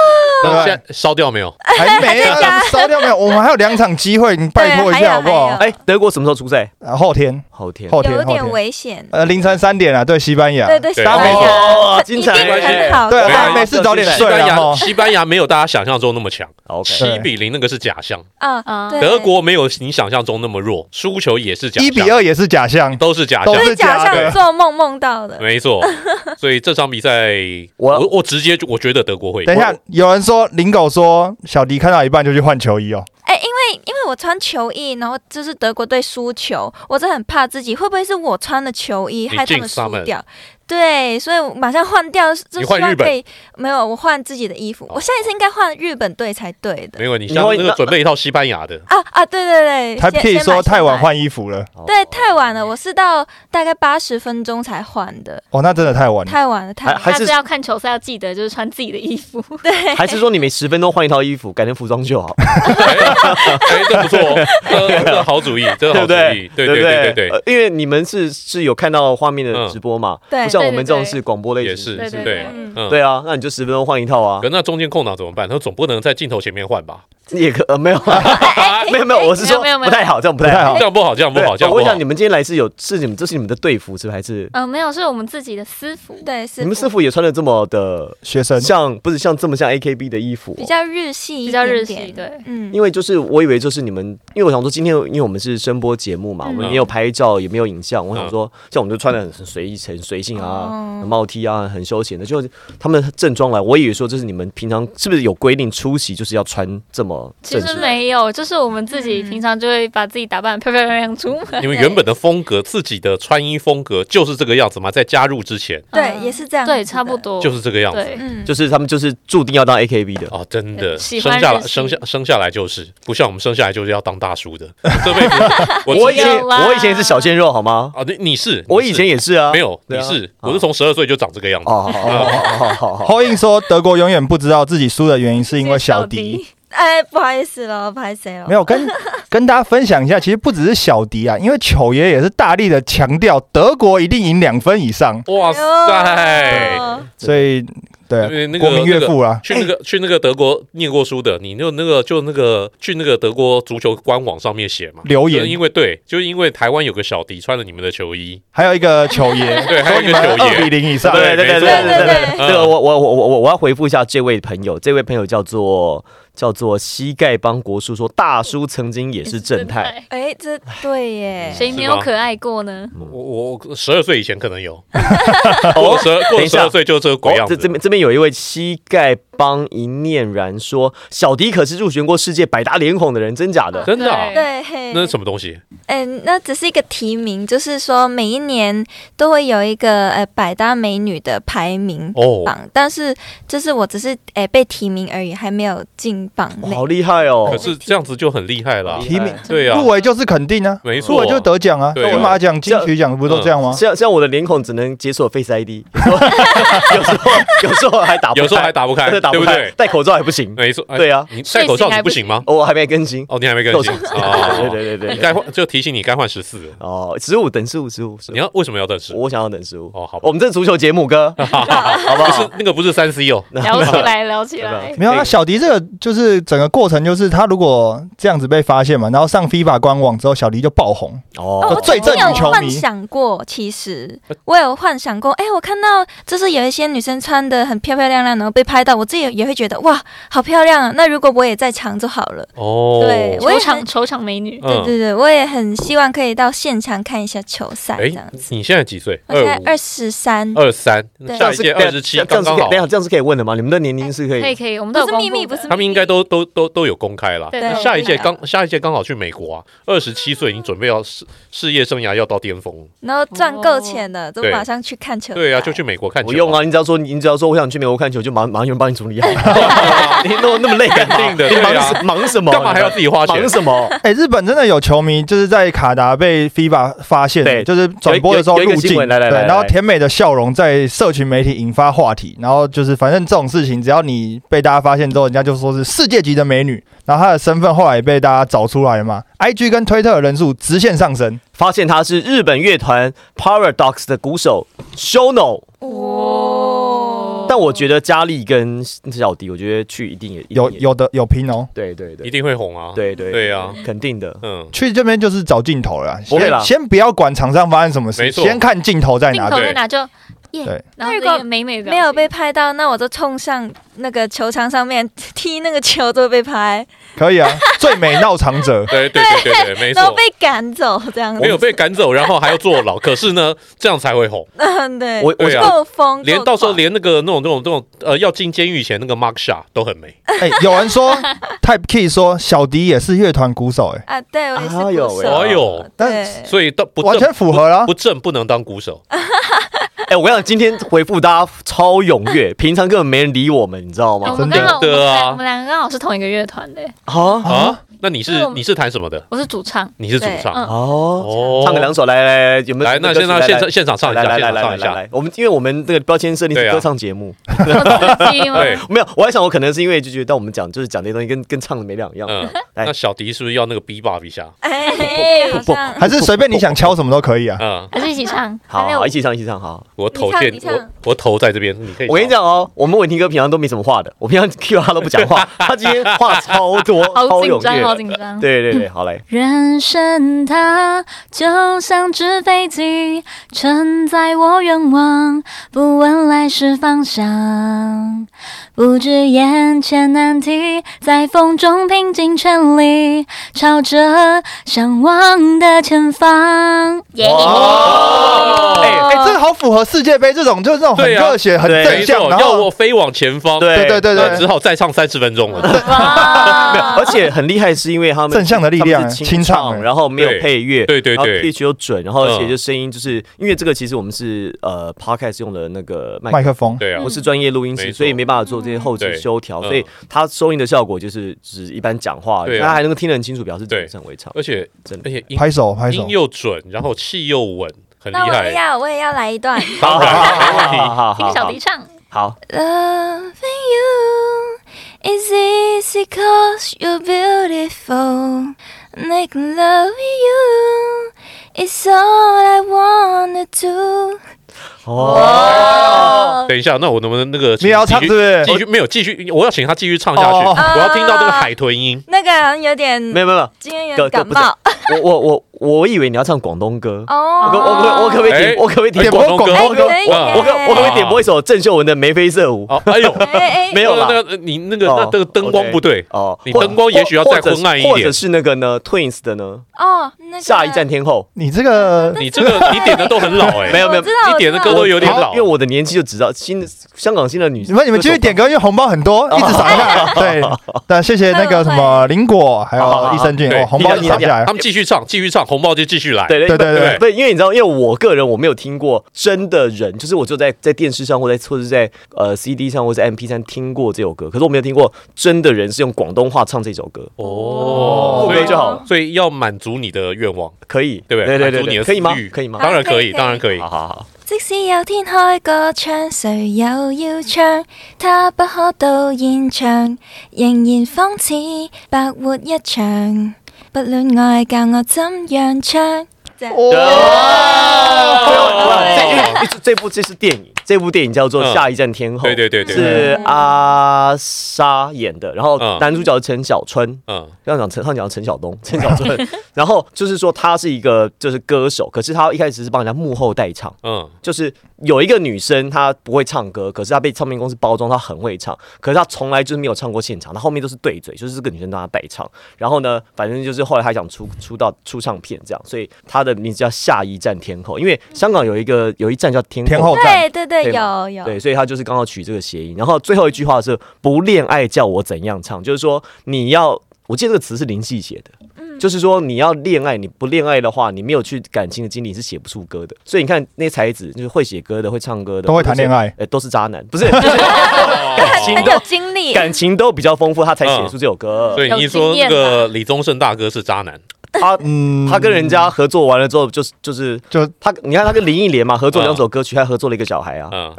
C: 那现在烧掉没有？
B: 还没 啊，烧掉没有？我们还有两场机会，你拜托一下好不
E: 对还有
B: 好？
A: 哎，德国什么时候出赛？
B: 啊后天，
A: 后天。
B: 后天，
E: 有
B: 后
E: 点
B: 天，
E: 危险，
B: 呃，凌晨三点啊，对西班牙，
E: 对对，
C: 对
B: 大
E: 小
B: 家
E: 朋
B: 没
E: 友
A: 哦，
E: 一
A: 精
E: 定
A: 彩！
E: 很好
B: 对啊，
E: 的，
C: 对
B: 大
C: 啊
B: 家没事早点
C: 西
B: 睡
C: 班
B: 啊，
C: 牙，
B: 哈。
C: 西班牙没有大家想象中那么强，
A: 哦 OK，
C: 七比零那个是假象。
E: 啊，
D: 啊
E: 对
C: 德国没有你想象中那么弱，输球也是假象，
B: 一比二也是假象，
C: 都是假
B: 都
C: 象
E: 都，
B: 是
E: 是假
B: 假的
E: 象做梦梦到的。
C: 没错。所以这场比赛，
A: 我
C: 我我直接就我觉得德国会赢。
B: 等一下，有人说林狗说小迪看到一半就去换球衣哦，
E: 哎、因为因为我穿球衣，然后就是德国队输球，我真的很怕自己会不会是我穿的球衣害他们输
C: 你进
E: 掉。对，所以我马上换掉，
C: 你
E: 就希
C: 换
E: 望
C: 日本哦
E: 可以没有，我换自己的衣服。我下一次应该换日本队才对
C: 没
E: 的。
C: 有，你
A: 你
C: 像
A: 会
C: 那个
A: 那
C: 准备一套西班牙的，
E: 啊啊，对对对，
B: 他
E: 先
B: 可以
E: 先买
B: 说
E: 先
B: 太晚
E: 买
B: 换衣服了，
E: 对，太晚了，我是到大概八十分钟才换的，
B: 哦，那真的太晚了。
E: 太晚了，太晚了。
A: 还
D: 下
A: 是
D: 次要看球赛要记得就是穿自己的衣服。
A: 还是说你每十分钟换一套衣服，改成服装秀好，
C: 哎，哎这不错， 这这个好主意，这
A: 对不
C: 个好主
A: 啊对
C: 意，？对对对对对，
A: 呃因为你们是是有看到画面的
C: 嗯
A: 直播嘛，
E: 对
A: 不像我们这种
D: 对对
A: 是广播类
C: 也
A: 型，
C: 是
D: 对
C: 是
D: 对
C: 对
D: 对，
E: 嗯
C: 嗯，
A: 对啊，那你就十分钟换一套啊
C: 可，那中间空档怎么办？他总不能在镜头前面换吧？
A: 也可呃没有，
E: 哎，
A: 没有没有，我是说
D: 没有没有没有
A: 不太好，这样不
B: 不
A: 太
B: 太
A: 好
B: 好。
C: 这样不好，这样不好，这
A: 对
C: 样
A: 我
C: 不
A: 问一
C: 好
A: 下，。你们今天来是有是你们这是你们的队服是不是？还是
D: 呃，没有，是我们自己的私服。
E: 对，是
A: 你们师傅也穿的这么的
B: 学生
A: 像不是像这么像 AKB 的衣服哦、
E: 比较日系一
D: 比较日
E: 点点，
D: 系，对，
E: 嗯，
A: 因为就是我以为就是你们，因为我想说今天因为我们是声波节目嘛，
D: 嗯
A: 我们没有拍照也没有影像，我想说像我们就穿的很随意、很随性啊，
E: 哦
D: 嗯
A: 很帽 T 啊，很休闲的，就他们正装来，我以为说这是你们平常是不是有规定出席就是要穿这么
D: 其
A: 正
D: 实
A: 式？
D: 没有，就是我们自己
E: 嗯
D: 平常就会把自己打扮得漂漂亮亮出门。
C: 你们原本的风格，自己的穿衣风格就是这个样子吗？在加入之前
E: 对，
D: 嗯
E: 也是这样，
D: 对，差不，多
C: 就是这个样子。
D: 哦对。
E: 嗯，
A: 就是他们就是注定要当 AKB 的，
C: 哦，真的，
D: 喜
C: 生
D: 欢
C: 下来
D: 日系
C: 生下生下来就是，不像我们生下来就是要当大叔的。这辈子我
A: 我以
D: 知道
A: 前
D: 啦
A: 我以前也是小鲜肉好吗？
C: 啊，你你是，
A: 我
C: 你
A: 以
C: 是
A: 前也是啊，
C: 没有，
A: 对
C: 你
A: 啊
C: 是，
A: 啊
C: 我是从十二岁就长这个样子。
A: 哦，好好好好 好，
B: 后印说德国永远不知道自己输的原因是因为小迪。
E: 哎，不好意思了，不好意思哦了，
B: 没有跟跟大家分享一下，其实不只是小迪啊，因为球爷也是大力的强调德国一定赢两分以上，
C: 哇
E: 哎
C: 塞！
E: 呦，
B: 所以
C: 因为
B: 对、
C: 那个
B: 国民岳父啊哎啦，
C: 去那
A: 哎
C: 个去那个德国念过书的，你就那个就那个去那个德国足球官网上面写嘛，
B: 留
C: 就是
B: 言
C: 因为对，就是因为台湾有个小迪穿了你们的球 衣，
B: 还有一个球爷，
C: 对， 还有
B: 说
C: 一
B: 你
C: 个
B: 们
A: 哦
C: 球
B: 二比
C: 爷，
B: 零以上，
A: 对对对对对对
C: 嗯
A: 对，这个我我我我我我要回复一下这位朋友，这位朋友叫做叫做膝盖帮国叔说，大叔曾经也是正太，，
E: 哎，这对耶，
D: 谁没有可爱过呢？
C: 我我我十二岁以前可 能有， 过了十二
A: 哦等
C: 过了
A: 一
C: 十
A: 下
C: 二岁就这个鬼样
A: 这哦这
C: 子。
A: 边这边有一位膝盖帮一念然说，小迪可是入选过世界百大脸孔的人，真假的？
C: 真的啊
D: 对
E: 对，嘿
C: 那是什么东西？
E: 嗯，那只是一个提名，就是说每一年都会有一个呃百大美女的排名
C: 哦
E: 榜，但是就是我只是诶、呃被提名而已，还没有进榜
A: 哇
E: 内。
A: 好厉害哦
C: 可！是啊这样子就很厉害啦
A: 好厉，害
B: 提名
C: 对呀，
B: 入围就是肯定啊，
C: 没
B: 入
C: 错
B: 围，就得奖啊，
C: 对啊
B: 金马奖、金曲奖不都这样吗？
A: 像像我的脸孔只能解锁 Face ID，有时候 有时候有时候还打不开，
C: 有时候还打不开，
A: 真的打
C: 对
A: 不
C: 不
A: 开
C: 对，？
A: 戴口罩还不行，
C: 没错，哎
A: 对啊，
C: 你戴口罩你不行吗？
A: 哦我还没更新，
C: 哦，你还没更新
A: 够
C: 啊？
A: 对对对对
C: 你该换就提醒你该换十四。
A: 哦，十五等十五十五，
C: 你要为什么要等十？
A: 我想要等十五。
C: 哦，好吧
A: 我，们这是足球节目哥，好不
C: 不
A: 好
C: 是？那个不是三 C 哦，
D: 聊起来，聊起来。
B: 没有啊，小迪这个就是整个过程，就是他如果这样子被发现嘛，然后上 FIFA 官网之后，小迪就爆红，
E: 哦
A: 哦
E: 我
B: 最
E: 曾
B: 正
E: 经有
B: 女球
E: 幻
B: 迷
E: 想过，其实
C: 呃
E: 我有幻想过，哎、我看到就是有一些女生穿的很漂漂亮亮，然后被拍到，我自己也会觉得哇，好漂亮啊！那如果我也在场就好了。
C: 哦，
E: 对我也
D: 球场
E: 很
D: 球场美女，
E: 对
C: 嗯，
E: 对对，我也很希望可以到现场看一下球赛这样
C: 哎
E: 子。，
C: 你现在几岁？
E: 我现在
C: 五、
E: 二十三，
C: 二三，
E: 对
C: 下一届二十七，
A: 这样
C: 刚
A: 是
C: 刚
A: 可以，
C: 好
A: 等一。下这样是可以问的吗？你们的年龄是可
D: 可以
A: 以。
D: 可以，我们都有
E: 不是
D: 公布
E: 秘密，
D: 的
E: 不是
C: 他们应该都都都都有公开了。
D: 对
E: 对
C: 下一届
E: 对
C: 刚下一届刚好去美国啊，二十七岁，你准备要事事业生涯要到巅峰了。
E: 然后赚够钱了，都
C: 对
E: 马上去看球赛。
C: 哦对啊，就去美国看球。
A: 不用啊，，你只要说，你只要说我想去美国看球，就马马上有人帮你处理 好。 你弄那么累干嘛？
C: 肯定的
A: 你忙
C: 对啊
A: 什忙什么？
C: 干嘛还要自己花钱
A: 忙？什么？
B: 哎、日本真的有球迷就是在卡达被 FIBA 发现，
A: 对
B: 就是转播的时候
A: 有有有一个
B: 入境，
A: 新闻来来
B: 对
A: 来来
B: 然后甜美的笑容在社群媒体引发话题，然后就是反正这种事情，只要你被大家发现之后，人家就说是世界级的美女，然后她的身份后来也被大家找出来嘛，IG 跟推特的人数直线上升，
A: 发现他是日本乐团 Paradox 的鼓手 Shono，
D: 哦
A: 但我觉得佳丽跟小迪，我觉得去一定也
B: 有，
A: 一定也
B: 有的有拼哦，
A: 对对对
C: 一定会红啊。
A: 对对
C: 对啊，
A: 肯定的。
C: 嗯，
B: 去这边就是找镜头了啦，
A: 不会啦
B: 先先不要管场上发生什么
C: 没
B: 事，
C: 错，
B: 先看镜头在
D: 镜
B: 哪
D: 头
B: 里。
D: 在哪就
B: 对
D: 耶，然
E: 那
D: 后如
E: 如果
D: 果美美表
E: 没有
D: 情
E: 被拍到，那我就冲上那个球场上面 踢那个球都被拍，
B: 可以啊，最美 闹场者
C: 对对对对对，没
E: 然后
C: 错。
E: 被赶走这样子。
C: 没有被赶走，然后还要坐牢，可是呢，这样才会红。
E: 嗯，对，
A: 我
C: 对啊
E: 够疯，
C: 连
E: 够
C: 到时候
E: 狂
C: 连那个那种那种那种呃要进监狱前那个 Mark Shot 都很美。
B: 哎、有人说 Type Key 说小迪也是乐团鼓手、哎。
E: 啊，对，我也是
A: 哎呦
E: 鼓
A: 喂
E: 手
C: 哎呦，
B: 但
E: 对，
C: 所以到不正
B: 完全符合了啊
C: 不，正不能当鼓手。
A: 哎、我跟你讲，今天回复大家超踊跃，平常根本没人理我们，你知道
D: 哎我
A: 吗？
B: 真
D: 们
B: 的
D: 刚好我们
C: 对啊
D: 两我们两个刚好是同一个乐团的，
A: 啊
C: 啊？那你
D: 那
C: 是
D: 我们
C: 你是弹什么的？
D: 我是主唱，
C: 你是主
E: 对
C: 唱
D: 嗯
A: 哦，
C: 哦
A: 唱个两首，来来来，有没有？
C: 来，那
A: 歌曲
C: 现在现
A: 来
C: 场现场唱一
A: 来
C: 下，
A: 来
C: 现
A: 来来
C: 场唱一
A: 来
C: 下。
A: 来，我们因为我们这个标签设定
C: 对
A: 是
C: 啊
A: 歌唱节目，
D: 好刺激吗？
C: 对，
A: 没有，我还想我可能是因为就觉得，但我们讲就是讲这些东西跟跟唱的没两样。
C: 嗯，
A: 来
C: 那小迪是不是要那个 B b o 一下？
E: 哎，好
A: 不
E: 像
B: 还是随便你想敲什么都可以啊。
C: 嗯，
D: 还是一起唱？
A: 好
D: 还有
A: 好，一起唱一起唱好。
C: 我头
E: 你
C: 见
E: 唱你
C: 我
E: 唱
C: 我头在这边，你可以。
A: 我跟你，讲哦， 我们伟霆哥平常都没什么话的，我平常 Q 他都不讲话，他今天话超多，
D: 好
A: 超
D: 紧
A: 踊
D: 张
A: 跃，
D: 好紧张。嗯
A: 对对对，好来，
D: 人生它就像纸飞机，承载我愿望，不问来时方向。不知眼前难题，在风中拼尽全力，朝着向往的前方。耶、
B: 哎哎，这个好符合世界杯这种，就是这种很
C: 对啊
B: 热血、很
A: 对
B: 正
C: 没
B: 向，
C: 错，
B: 然
C: 要
B: 后
C: 我飞往前方，
A: 对
B: 对对对
C: 那
B: 对
C: 只好再唱三十分 钟了。
D: 哇
A: 而且很厉害，是因为他们
B: 正向的力
A: 他
B: 量，
A: 们是清
B: 唱
A: 唱，
B: 哎，
A: 然后没有配乐，
C: 对对对
A: 然后
C: 对
A: pitch 又准，然后
C: 嗯
A: 而且就声音就是因为这个，其实我们是呃 podcast 用的那个麦
B: 麦
A: 克。
B: 克风，
C: 对啊
A: 不，是专业录音
C: 没
A: 师，
C: 错
A: 所以没办法做这些后期
C: 对
A: 修调，
C: 嗯
A: 所以它收音的效果就是只一般讲话，
C: 对啊
A: 它还能够听得很清楚，表示
C: 对哎
A: 正为唱。
C: 而且
A: 真的
C: 而且音
B: 拍手拍手
C: 音，又准，然后气又稳，很厉
E: 那我
C: 害
E: 也。要，我也要来一段。
A: 好
C: 当然没问题
A: 好好
D: 听
A: 好
D: 小
A: 好
D: 迪唱。
A: 好，
E: Loving you is easy cause you're beautiful. Making love with you is all I wanna do.
A: 哦，
C: 等一下，那我能不能那个
B: 你也要唱
C: 继
B: 是
C: 续
B: 不是
C: 继续没有继续，我要请他继续唱下去，
B: 哦
C: 我要听到这个海豚音。
E: 那个人有点，
A: 没有没有没有，
E: 今天有
A: 哥
E: 点
A: 哥
E: 感
A: 不是
E: 冒
A: 我我我我以为你要唱广东歌，我
E: 哦。
A: 可我可我可不可以
C: 哎
A: 点我可不可以
B: 点
A: 点
B: 播
A: 广
C: 广东
B: 广
C: 歌
B: 东歌，
E: 哎可以
C: 哇
A: 我可我可不可以点播一首郑秀文的《眉飞色舞》？
C: 哦，哎呦，
E: 哎哎
A: 没有啦
C: 那个你那个
A: 哦
C: 那这个灯光
A: OK
C: 不对，
A: 哦，
C: 哎你
A: 或
C: 灯光也许要再昏暗一点
A: 或者是那个呢，Twins 的呢，
E: 哦，那个
A: 下一站天后。
B: 你这个
C: 你这个你点的都很老哎，
A: 没有没有
E: 我知道
C: 你点的歌
E: 我知道
C: 都有点老
A: 因为我的年纪就知道新香港新的女，
B: 你们你们继续点歌，因为红包很多，一直撒下来。对，那谢谢那个什么林果还有益生菌，
C: 对
B: 哦红包一直撒下来
C: 他。们继续唱，继续唱，红包就继续来。
A: 对
B: 对对对
A: 不，因为你知道，因为我个人我没有听过真的人，就是我就在在电视上或在或者在呃 CD 上或者 MP 三听过这首歌，可是我没有听过真的人是用广东话唱这首歌，副
C: 哦，所
A: 歌
C: 以
A: 就好了，
C: 所以要满足你的愿望，
A: 可以，
C: 对
A: 对
C: 不对？
A: 对
C: 满
A: 对
C: 足你
A: 对，
C: 的
A: 可以吗
C: 私？欲
A: 可以吗？
C: 当然可
E: 可以
C: 以，当然可以
A: 好。好好，
E: 即使有天開個唱，誰又要唱？他不可到現場，仍然仿似白活一場。不戀愛教我怎樣唱？
A: 哦
B: 哦
A: 对哦
C: 哦
A: 这这这部这是电影，这部电影叫做
C: 嗯
A: 《下一站天后》，
C: 对对对对，
A: 是阿莎演的，然后
C: 嗯
A: 男主角是陈小春。
C: 嗯，
A: 刚刚讲陈，刚刚讲陈晓东、 陈小春，然后就是说他是一个就是歌手，可是他一开始是帮人家幕后代唱，
C: 嗯，
A: 就是有一个女生她不会唱歌，可是她被唱片公司包装，她很会唱，可是她从来就是没有唱过现场，她后面都是对嘴，就是这个女生让她代唱。然后呢，反正就是后来她想出出道出唱片这样，所以她的名字叫下一站天后，因为香港有一个有一站叫天后
B: 天后站，
E: 对对对，
A: 对嘛
E: 有有。
A: 对，所以他就是刚好取这个谐音。然后最后一句话是“不恋爱叫我怎样唱”，就是说你要，我记得这个词是林夕写的，就是说你要恋爱，你不恋爱的话，你没有去感情的经历，你是写不出歌的。所以你看那些才子，就是会写歌的，会唱歌的，
B: 都会谈恋爱
A: 或者是呃，都是渣男，不是就是感情
E: 很
A: 都
E: 有精力，
A: 感情都比较丰富，他才写出这首歌。
C: 嗯所以你说那个李宗盛大哥是渣男，
A: 他
B: 嗯，
A: 啊他跟人家合作完了之后，就是就是。
B: 就
A: 他，你看他跟林忆莲嘛，合作两首歌曲，还合作了一个小孩啊。
C: 嗯，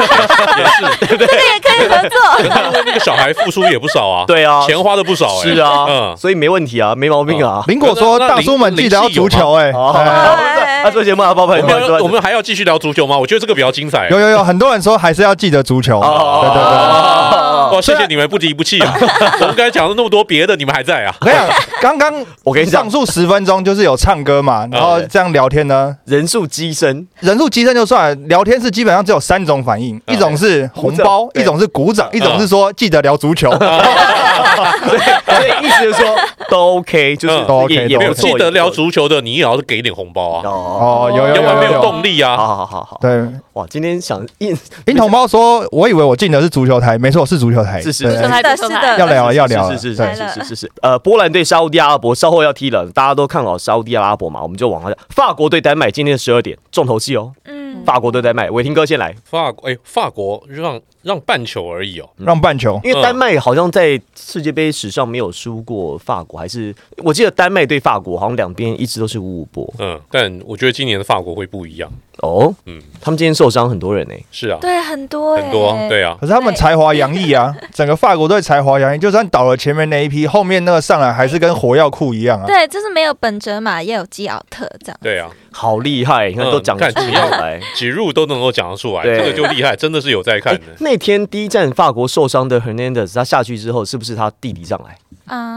C: 也是，
E: 也可以合作。
C: 因为那个小孩付出也不少啊，
A: 对啊，
C: 钱花的不少，哎
A: 是啊，
C: 嗯，
A: 所以没问题啊，没毛病啊。
B: 林果说
C: 那那
B: 大叔们记得要足球，哎，
A: 哦，
B: 哎
A: 他说节目啊，包
C: 我
A: 办，
C: 们
A: 包
C: 要
A: 办
C: 我们还要继续聊足球吗？我觉得这个比较精彩啊
B: 有。有有，很多人说还是要记得足球，
A: 哦
B: 对对对。
C: 哦，谢谢你们不离不弃啊！我们刚才讲了那么多别的，你们还在啊？
B: 我跟你讲，刚刚
A: 哦 我跟你讲哦
B: 上述十分钟就是有唱歌嘛，然后这样聊天呢，
A: 人数激升，
B: 人数激增就算了，聊天是基本上只有三种反应，一种是红包
A: 哦鼓，掌哦
B: 一种是鼓掌，一种是说记得聊足球。
A: 所以所以意思就是说都 OK，就是
C: 嗯
B: 都 OK，
A: 也也
B: 都
A: 不
C: 没有
A: 错
C: 记得聊。
A: 也
C: 足球的，你也要给点红包
A: 不错
C: 啊，
A: 哦，
B: 哦，有有
C: 要
B: 有
C: 不然没
B: 有
C: 有
B: 有。
C: 动力啊。
A: 好好好好，
B: 对，
A: 哇，今天想硬
B: 冰桶包说：“我以为我进的是足球台，没错，是足球台。
A: 是是
B: 对
A: 是
D: 是
E: 是的，是
B: 要
E: 的。
B: 聊了，要聊了，
A: 是是
B: 对
A: 是是是是是，呃，波兰对沙烏地阿拉伯稍后要踢了，大家都看好沙烏地阿拉伯嘛，我们就往下。法国对丹麦今天十二点重头戏哦，
E: 嗯，
A: 法国对丹麦，伟霆哥先来，
C: 法国，哎，法国让让半球而已哦，
B: 让半球
A: 因为丹麦好像在世界杯史上没有输过法国，还是我记得丹麦对法国好像两边一直都是五五波
C: 嗯，但我觉得今年的法国会不一样，
A: 哦。
C: 嗯，
A: 他们今天受伤很多人呢、
C: 是啊，
E: 对，很多哎
C: 很多，对啊，
B: 可是他们才华洋溢啊，整个法国队才华洋溢，就算倒了前面那一批，后面那个上来还是跟火药库一样啊。
E: 对，就是没有本哲马，也有基奥特这样。
C: 对啊，
A: 好厉害！你看
C: 嗯
A: 都讲出
C: 看只要
A: 来。
C: 几入都能够讲得出来，
A: 对
C: 这个就厉害，真的是有在看
A: 哎
C: 的。
A: 那天第一站法国受伤的 Hernandez，他下去之后是不是他弟弟上来？
D: 嗯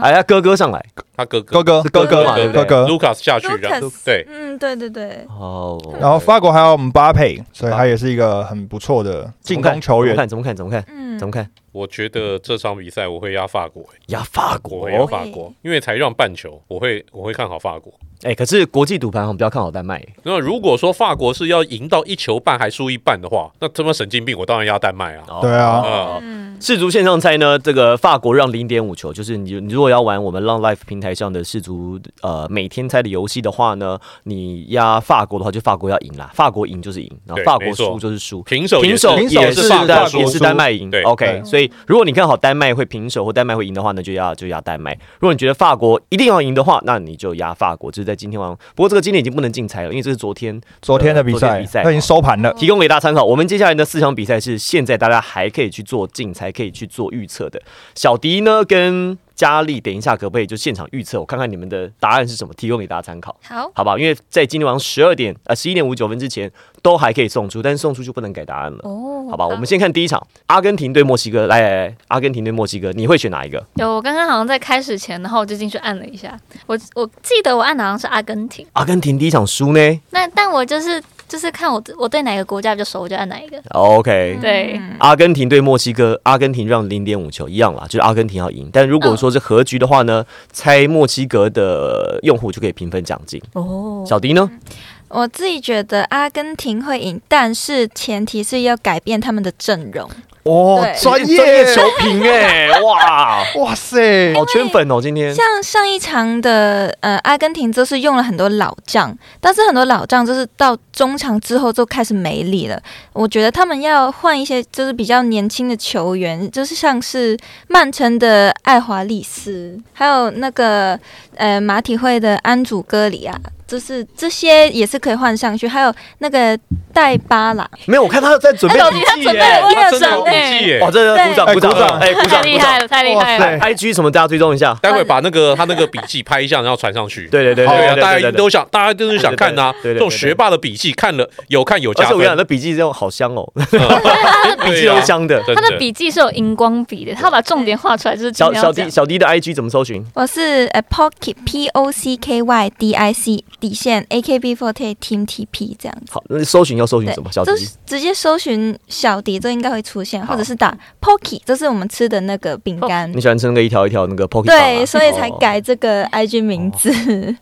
E: 啊，
A: 哎呀，哥哥上来，
C: 他哥
B: 哥
C: 哥
B: 哥哥哥
A: 嘛对不对
B: 哥哥，
C: Lucas 下去，然后
E: Lucas
C: 对
E: 嗯，对对对，
A: 哦，
B: 然后法国还有姆巴佩，所以他也是一个很不错的
A: 怎
B: 进
A: 么看
B: 攻球员。
A: 怎啊么看？怎么看？怎
E: 嗯
A: 么看？怎么看？
C: 我觉得这场比赛我会压法国、欸
A: 呀，法
C: 我
A: 国
C: 会！压
E: 哦
C: 法国，因为才让半球，我会我会看好法国。
A: 哎，可是国际赌盘我们比较看好丹麦。
C: 那如果说法国是要赢到一球半还输一半的话，那他妈神经病，我当然压丹麦啊！
A: 哦
B: 对啊，
C: 啊，
E: 嗯，
A: 世足线上赛呢，这个法国让零点五球，就是你你如果要玩我们浪 life 平台上的世足呃每天猜的游戏的话呢，你压法国的话，就法国要赢啦，法国赢就是赢，然后
C: 对
A: 法
C: 没
A: 国
C: 错
A: 输就是输。
C: 平手也
A: 平
C: 是
A: 手
B: 平手
A: 也
B: 是
A: 是
B: 法国
A: 丹
B: 输
A: 也是丹麦赢
C: 对
A: ，OK。
B: 对
A: 所以如果你看好丹麦会平手或丹麦会赢的话，那就压就压丹麦；如果你觉得法国一定要赢的话，那你就压法国。这是在今天晚上，不过这个今天已经不能竞猜了，因为这是昨天
B: 昨天的比
A: 昨天的
B: 赛
A: 比赛
B: 他已经收盘了。
A: 提供给大家参考。我们接下来的四场比赛是现在大家还可以去做竞猜，可以去做预测的。小迪呢跟佳丽，等一下可不可以就现场预测？我看看你们的答案是什么，提供给大家参考，
E: 好，
A: 好不好？因为在今天晚上十二点呃十一点五九分之前都还可以送出，但是送出就不能改答案了。
E: 哦
A: 好吧，我们先看第一场，阿根廷对墨西哥。来来来，阿根廷对墨西哥，你会选哪一个？
D: 有，我刚刚好像在开始前，然后我就进去按了一下，我我记得我按的好像是阿根廷，
A: 阿根廷第一场输呢
D: 那但我就是就是看我我对哪个国家比较熟，我就按哪一个。
A: ？OK，
E: 嗯
D: 对
A: 阿根廷对墨西哥，阿根廷让零点五球一样啦，就是阿根廷要赢。但如果说是和局的话呢，猜墨西哥的用户就可以平分奖金。
D: 哦
A: 小迪呢？
E: 我自己觉得阿根廷会赢，但是前提是要改变他们的阵容。
B: 哦
E: 对，
B: 专业
A: 专业球评哎、哇，
B: 哇塞！
A: 好圈粉哦！今天
E: 像上一场的呃，阿根廷就是用了很多老将，但是很多老将就是到中场之后就开始没力了。我觉得他们要换一些就是比较年轻的球员，就是像是曼城的爱华利斯，还有那个呃马体会的安祖戈里亚，就是这些也是可以换上去，还有那个戴巴朗。
A: 没有，我看他在准备
D: 哎小迪
A: 笔
D: 他
A: 记
D: 准备
A: 耶、
D: 了
C: 他真的有笔
D: 欸
C: 记耶
A: 哇，！这鼓掌
B: 对
A: 鼓掌
B: 哎鼓掌
A: 哎鼓
D: 太
A: 掌
D: 厉
A: 鼓
D: 害
A: 掌
D: 了，太厉害了！
B: 哇塞
A: ！IG 什么大家追踪一下？
C: 待会把那个他那个笔记拍一下，然后传上去。
A: 对对对
C: 对
A: 对
C: 啊，
A: 对
C: 大
A: 对
C: 家
A: 对
C: 都想，大家都是想看呐。
A: 对对对对对
C: 这种学霸的笔记看了有看有
A: 而
C: 加
A: 且我
C: 分
A: 跟你，讲，那笔记这种好香哦，
C: 嗯
A: 笔记都是香的。
C: 对啊
D: 他的
C: 真
D: 笔记是有荧光笔的，他把重点画出来，就是今
A: 小
D: 天要
A: 小
D: 讲
A: 迪。小迪的 IG 怎么搜寻？
E: 我是呃 Pocket P O C K Y D I C 底线 A K B forty Team T P 这样子。
A: 好，那搜寻要搜寻
E: 对
A: 什么？小迪
E: 就是直接搜寻小迪，这应该会出现，
A: 好
E: 或者是打 Pocky，这是我们吃的那个饼干
A: 你。喜欢吃那个一条一条那个 Pocky？啊
E: 对，所以才改这个
A: 哦
E: IG 名字。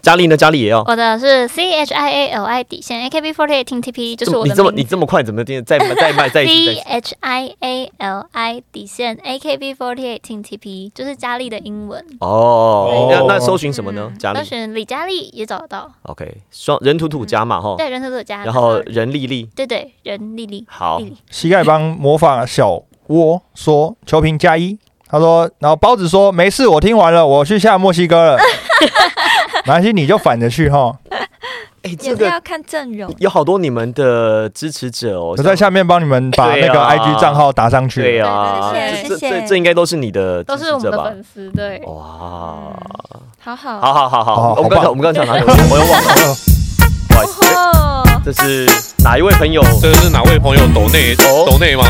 A: 佳丽呢？佳丽也要。
D: 我的是 C H I A L I 底线 A K B forty eight T P，就是我
A: 你
D: 的
A: 这么
D: 名
A: 你
D: 字。
A: 这么快，怎么再再再卖再一次再一
D: C
A: 次
D: H I A L I 底线 A K B forty eight T P，就是佳丽的英文。嗯
A: 哦，那
B: 哦
A: 那搜寻什么呢？佳
D: 都
A: 丽
D: 选李佳丽也找得到，
A: ，OK，双人土土加嘛哈，
D: 对，人特作家。
A: 哦然后人丽丽，
D: 对对，人丽丽。
A: 好
D: 丽，丽
B: 膝盖帮模仿小窝说：“球评加一。”他说，然后包子说：“没事，我听完了，我去下墨西哥了。”没关系，你就反着去哈。
A: 哎，这
E: 也是
A: 个
E: 要看阵容。
A: 有好多你们的支持者哦
B: 我，在下面帮你们把那
A: 对
B: 个
A: 啊
B: IG 账号打上去。
A: 对啊，
D: 对
A: 这
E: 谢谢
D: 对
A: 这
E: 谢谢
A: 这这应该都是你的
D: 都
A: 支
D: 是我
A: 持者
D: 们的
A: 吧？哦
D: 粉丝，对。
A: 哇，
E: 好好。
A: 好好好好，
B: 好
A: 我们
B: 好
A: 刚才
B: 棒
A: 我们刚才讲 哪里？我我又忘了，
B: 哦
A: 不好意思，
E: 哦，
A: 这是哪一位朋友？
C: 这是哪位朋友抖内
A: 哦
C: 抖内吗？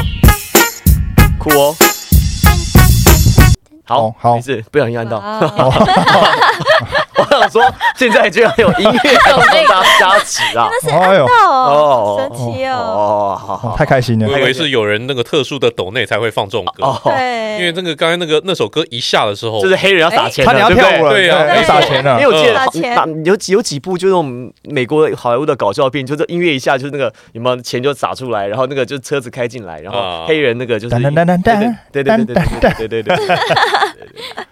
A: 哭哦。好
B: 哦好
A: 没事，不小心按到。
E: 哇
A: 我想说，现在居然有音乐要帮大家加持 啊！
B: 哎呦，
A: 哦
E: 哦，神奇哦。
A: 哦，好
B: 哦
A: 好，
B: 太开心了
C: 我！以为是有人那个特殊的抖内才会放这种歌，
A: 哦，
E: 对，
C: 因为那个刚才那个那首歌一下的时候，
A: 就是黑人要撒钱
B: 差
A: 了，对
B: 点要
A: 不对
B: 跳舞了，
C: 对啊
B: 要撒钱了
A: 因为。我记得
C: 嗯
E: 哎撒
A: 好
E: 钱
A: 哪有几有几部就那种美国好莱坞的搞笑片，就是音乐一下就是那个有没有钱就撒出来，然后那个就车子开进来，然后
C: 啊
A: 黑人那个就是
B: 噔噔噔噔噔
A: 对对对对对对对对对对。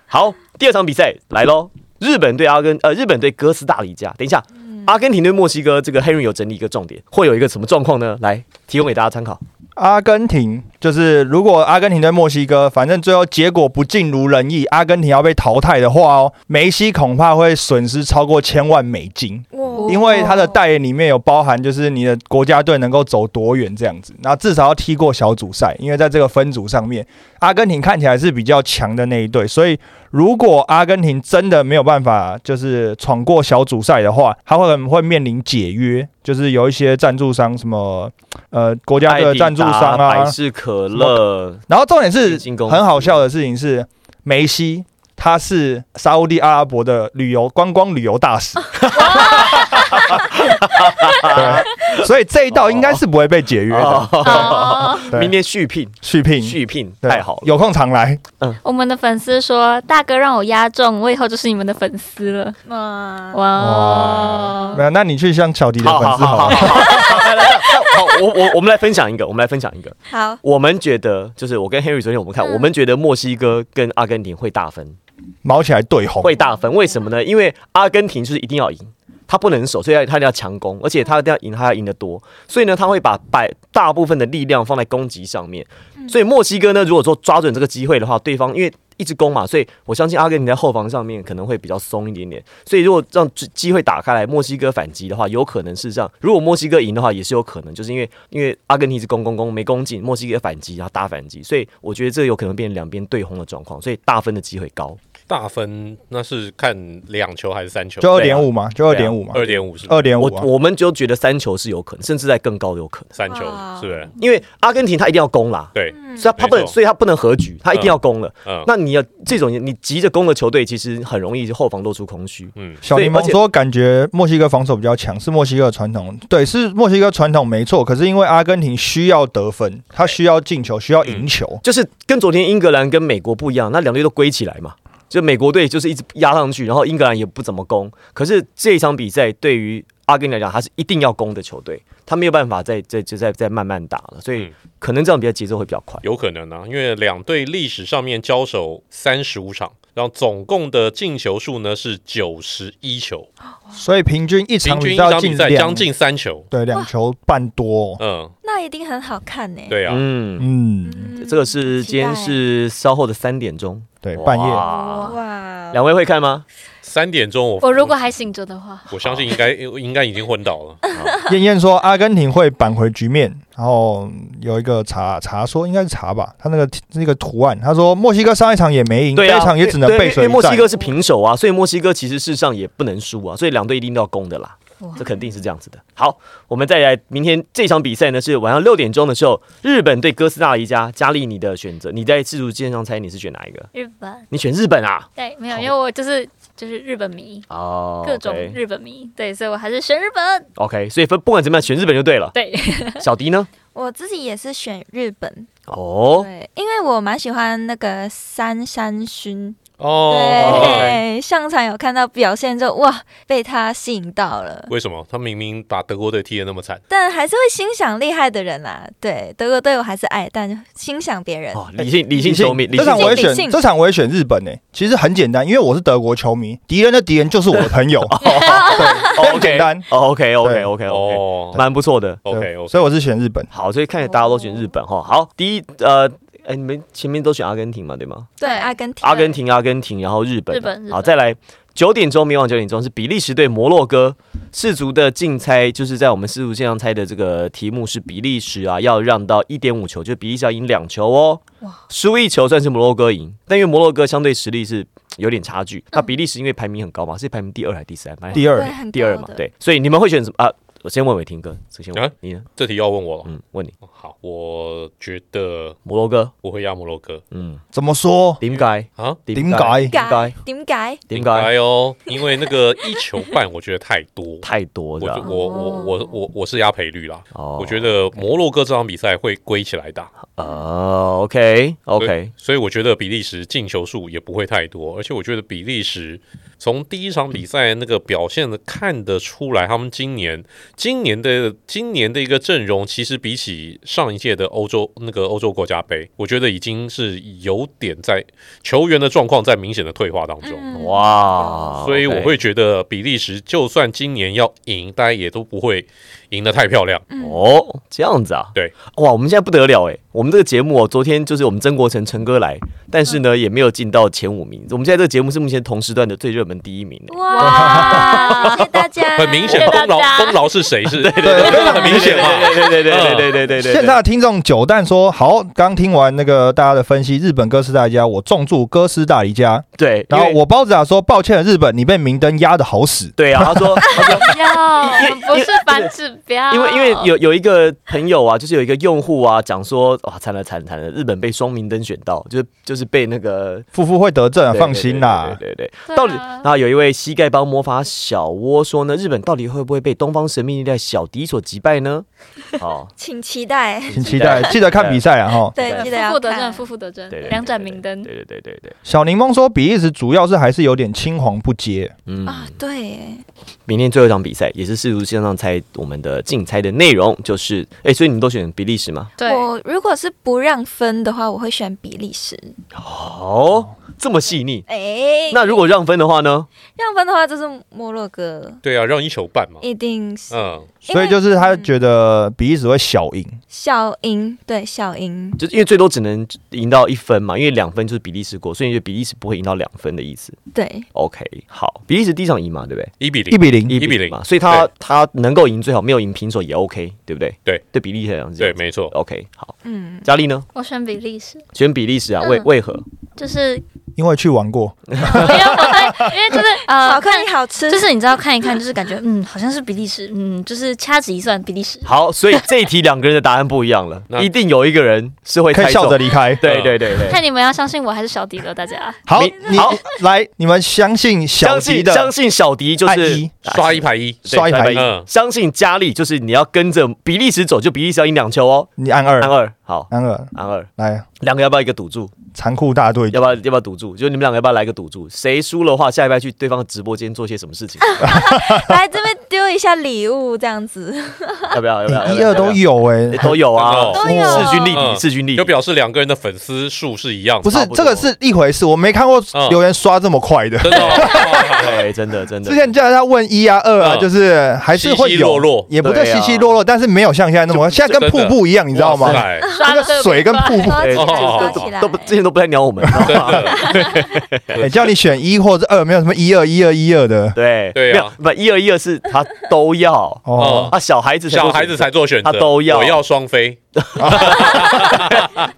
A: 好，第二场比赛来喽，日本对阿根呃日本对哥斯达黎加。等一下，阿根廷对墨西哥，这个 Henry 有整理一个重点，会有一个什么状况呢？来提供给大家参考。
B: 阿根廷就是，如果阿根廷对墨西哥，反正最后结果不尽如人意，阿根廷要被淘汰的话哦，梅西恐怕会损失超过千万美金。
E: 哇
B: 因为他的代言里面有包含，就是你的国家队能够走多远这样子，那至少要踢过小组赛，因为在这个分组上面，阿根廷看起来是比较强的那一队，所以如果阿根廷真的没有办法就是闯过小组赛的话，他会会面临解约，就是有一些赞助商什么呃国家队的赞助商
A: 艾迪达百，
B: 啊
A: 事可乐，
B: 然后重点是
A: 进攻
B: 很好笑的事情是梅西。他是沙烏地阿拉伯的旅游观光旅游大使。 对，啊所以这一道应该是不会被解约的。
D: 哦，
B: 对
A: 明天续聘，
B: 续聘，
A: 续聘
B: 对啊
A: 太好了。
B: 有空常来。
D: 我们的粉丝说，大哥让我压中，我以后就是你们的粉丝了。
E: 哇，
D: 哇
B: 没
D: 哦，
B: 有，那你去向小迪的粉丝好
A: 好
B: 了。
A: 好，来来来好，我我我们来分享一个，我们来分享一个。
E: 好，
A: 我们觉得，就是我跟 Henry 昨天我们看，
E: 嗯
A: 我们觉得墨西哥跟阿根廷会大分，
B: 毛起来对红，
A: 会大分。为什么呢？因为阿根廷就是一定要赢，他不能守，所以他一定要强攻，而且他一定要赢，他要赢得多。所以呢，他会把百大部分的力量放在攻击上面。所以墨西哥呢，如果说抓准这个机会的话，对方因为。一直攻嘛，所以我相信阿根廷在后防上面可能会比较松一点点。所以如果让机机会打开来，墨西哥反击的话，有可能事实上，如果墨西哥赢的话，也是有可能，就是因为因为阿根廷一直攻攻攻没攻进，墨西哥反击然后大反击，所以我觉得这有可能变成两边对轰的状况，所以大分的机会高。
C: 大分那是看两球还是三球？啊
B: 就二点五
A: 啊
B: 嘛，就二点五嘛，
C: 二点五是
B: 二点五
A: 我
B: 啊。
A: 我们就觉得三球是有可能，甚至在更高的有可能，
C: 三球，
E: 哇
C: 是不
D: 嗯
C: 是？
A: 因为阿根廷他一定要攻啦，
C: 对，
A: 所以他他不能，
C: 没错
A: 所以他不能和局，他一定要攻了。
C: 嗯，
A: 那你要这种你急着攻的球队，其实很容易后防露出空虚。
C: 嗯，
B: 小柠
A: 所以而
B: 檬
A: 且
B: 说，感觉墨西哥防守比较强，是墨西哥的传统。对，是墨西哥传统没错。可是因为阿根廷需要得分，他需要进球，需要赢球。
A: 就是跟昨天英格兰跟美国不一样，那两队都归起来嘛。就美国队就是一直压上去，然后英格兰也不怎么攻。可是这一场比赛对于阿根廷来讲，他是一定要攻的球队，他没有办法再再就再再慢慢打了，所以
C: 嗯
A: 可能这样比赛节奏会比较快。
C: 有可能啊，因为两队历史上面交手三十五场，然后总共的进球数呢是九十一球，
A: 嗯
B: 所以平均一场
C: 平均
B: 比
C: 一
B: 赛
C: 场
B: 要
C: 比
B: 进
C: 赛
B: 两
C: 将近三球。
B: 对两球半多哦。
C: 嗯，
E: 那一定很好看呢。
C: 对啊，
A: 嗯，
B: 嗯，
E: 嗯，
A: 这个是
E: 期
A: 今天
E: 待
A: 是稍后的三点钟，
B: 对，半夜
A: 哇
E: 哇，
A: 两位会看吗？
C: 三点钟我
D: 我如果还醒着的话，
C: 我相信应该 应该已经昏倒了。
B: 燕燕说阿根廷会扳回局面，然后有一个查查说应该是查吧，他那个那个图案，他说墨西哥上一场也没赢，
A: 对啊，
B: 这一场也只能
A: 对
B: 背
A: 因为
B: 水
A: 因为墨
B: 一战
A: 西。哥是平手啊，所以墨西哥其实事实上也不能输啊，所以两队一定都要攻的啦
D: 哇。
A: 这肯定是这样子的。好，我们再来，明天这场比赛呢是晚上六点钟的时候，日本对哥斯达黎加。佳丽，你的选择，你在自主线上猜你是选哪一个？
D: 日本
A: 你选日本啊？
D: 对，没有，
A: 好
D: 因为我就是就是日本迷，
A: 哦
D: 各种日本迷，对，所以我还是选日本。
A: OK，所以分不管怎么样，选日本就对了。
D: 对，
A: 小迪呢？
E: 我自己也是选日本，
A: 哦，
E: 对，因为我蛮喜欢那个三山勋，
C: 哦，
E: 对，上场有看到表现就哇，被他吸引到了。
C: 为什么他明明把德国队踢得那么惨？
E: 但还是会欣赏厉害的人啦、对，德国队我还是爱，但欣赏别人。
A: 哦，理性理性球迷，理
B: 这
A: 性
B: 场我也
E: 理
B: 选，
E: 性
B: 这场我也选日本诶、其实很简单，因为我是德国球迷，敌人的敌人就是我的朋友， 对，非常简单。
A: 哦 OK OK OK OK，
C: 哦
A: 蛮不错的。
C: ，OK
B: 对
C: OK，
B: 所以我是选日本。
A: 好，所以看起来大家都选日本哈。好，第一呃，哎，你们前面都选阿根廷嘛，对吗？
E: 对，
D: 对
E: 阿根廷，
A: 阿根廷，阿根廷，然后日本，
D: 日本日本
A: 好，再来九点钟，明晚九点钟是比利时对摩洛哥。世足的竞猜就是在我们世足线上猜的这个题目是比利时啊，要让到一点五球，就比利时要赢两球哦
D: 哇，
A: 输一球算是摩洛哥赢，但因为摩洛哥相对实力是嘖有点差距，那比利时因为排名很高嘛，是排名第二还是第三？排
B: 第二
E: 对，，很
A: 第二
E: 高
A: 嘛
E: 的，，
A: 对，所以你们会选什么啊？我先问伟霆哥，首先问、
C: 啊
A: 你呢？
C: 这题要问我了。
A: 嗯，问你
C: 好，我觉得
A: 摩洛哥，
C: 我会压摩洛哥
A: 嗯，
B: 怎么说？
A: 点解？
C: 啊，
B: 点？解？
A: 该
E: 改点改，
A: 点解？。
C: 哎哦，因为那个一球半我觉得太多
A: 太多
C: 我
A: 是
C: 就
A: 吧？
C: 我我我我我是压赔率啦，
A: 哦
C: 我觉得摩洛哥这场比赛会归起来打
A: 哦，OK OK，
C: 所以我觉得比利时进球数也不会太多，而且我觉得比利时从第一场比赛那个表现的看得出来，他们今年今年的今年的一个阵容，其实比起上一届的欧洲那个欧洲国家杯，我觉得已经是有点在球员的状况在明显的退化当中。
E: 嗯，
A: 哇，
C: 所以我
A: OK
C: 会觉得比利时就算今年要赢，大家也都不会赢得太漂亮。
A: 哦，这样子啊，
C: 对，
A: 哇，我们现在不得了哎，我们这个节目哦，昨天就是我们曾国成陈哥来，但是
C: 嗯
A: 呢也没有进到前五名，我们现在这个节目是目前同时段的最热门第一名哎
E: 哇，谢谢大
D: 啊
E: 家，
C: 很明显，
D: 谢谢
C: 功劳
D: 大家
C: 功劳是谁是？对
B: 对非常
C: 很明显嘛。
A: 对对对对对对对对对，
B: 现在的听众九蛋说：“好，刚听完那个大家的分析，日本哥斯达黎加，我重注哥斯达黎加。
A: 对，
B: 然后
A: 因为
B: 我包子啊说，抱歉，日本你被明灯压的好死。
A: 对啊，他说。
D: 要
A: 因为
D: 不是反指 标，哦
A: 因为因为有有一个朋友啊，就是有一个用户啊，讲说哇，惨了惨了惨了，日本被双明灯选到，就是就是被那个
B: 夫妇会得证，
A: 对
B: 啊放心啦。
A: 对对对对
D: 对
A: 对到底，
D: 啊
A: 然后有一位膝盖帮魔法小窝说呢，日本到底会不会被东方神秘力量小迪所击败 呢？好，
E: 请期待。
B: 请期待，记得看比赛啊！哈，
E: 对，
A: 对
E: 记得要
D: 负负得正，
E: 看。
D: 负负得正
A: 对对，对
D: 两盏明灯。
A: 对对对对对，
B: 小柠檬说，比利时主要是还是有点青黄不接。
A: 嗯，
E: 啊，对耶，
A: 明天最后一场比赛也是世足线上猜我们的竞猜的内容，就是哎、所以你们都选比利时吗？
D: 对，
E: 我如果是不让分的话，我会选比利时。
A: 哦，这么细腻。
E: 哎，
A: 那如果让分的话呢？
E: 让分的话，就是摩洛哥，
C: 对啊，让一球半嘛。
E: 一定是
C: 嗯，
B: 所以就是他觉得比利时会小赢，
E: 小赢，对，小赢。
A: 就是因为最多只能赢到一分嘛，因为两分就是比利时国，所以就比利时不会赢到两分的意思。
E: 对，
A: OK，好，比利时第一场赢嘛，对不对？
C: 一比
B: 一
C: 零。
B: 比零。
C: 1比0
A: 嘛，所以他他能够赢最好，没有赢平手也 OK，对不对？
C: 对，
A: 对比利时来讲是这
C: 对，
A: 样子。
C: 没错。
A: OK，好，
E: 嗯，
A: 佳丽呢？
D: 我选比利时，
A: 选比利时啊？为
D: 嗯
A: 为何？
D: 就是
B: 因为去玩过，
D: 因为我会，因为就是
E: 好
D: 呃，
E: 看也好吃，
D: 就是你知道看一看，就是感觉嗯，好像是比利时，嗯，就是掐指一算比利时。
A: 好，所以这一题两个人的答案不一样了，
C: 那嗯
A: 一定有一个人是会
B: 可
A: 猜
B: 以笑
A: 中
B: 着。离开。
A: 对对对对，
D: 看你们要相信我还是小迪了，大家。
B: 好，
A: 明
B: 你
A: 好
B: 来，你们相信
A: 相
B: 小迪
A: 信
B: 的
A: 相信小迪就
B: 按
A: 是
B: 一
C: 刷一排一，
A: 对
B: 刷一排一
C: 嗯
A: 相信佳丽就是你要跟着比利时走，就比利时要赢两球哦。
B: 你按二
A: 安，二，好，
B: 按二，
A: 安二，
B: 来，
A: 两个要不要一个赌注？
B: 残酷大对决
A: 要不要要不要赌注？就你们两个要不要来个赌注？谁输了的话，下礼拜去对方的直播间做些什么 事情？
E: 来这边丢一下礼物这样 子。
A: 要不要？要不要？
B: 你一二都有哎
A: 哎，都有啊，
C: 都
E: 有
A: 势均力
C: 嗯
A: 敌，势均力
C: 就
A: 敌。
C: 表示两个人的粉丝数是一样的。
B: 不是
A: 差不多
B: 这个是一回事，我没看过
C: 嗯
B: 留言刷这么快的。
C: 真的哦，
A: 对，真的真的。
B: 之前叫他问一啊二啊，
C: 嗯
B: 就是还是会有，
C: 稀稀落落
B: 也不对
A: 对啊
B: 稀稀落落，但是没有像现在那么，现在跟瀑布一样，你知道吗
C: 哇？塞
D: 刷
B: 那
D: 了
B: 个水跟瀑布，
E: 刷起来，
C: 哦
E: 刷
A: 都
E: 起来，
A: 都不之前都不太鸟我们，你知道吗？
B: 哎叫你选一或者二，没有什么一二一二一二的
A: 对
C: 对
A: 没有
C: 啊
A: 不一二一二是他都要
B: 哦
C: 哦。
A: 啊，小孩子才
C: 小孩子才做选择，
A: 他都要
C: 我要双飞，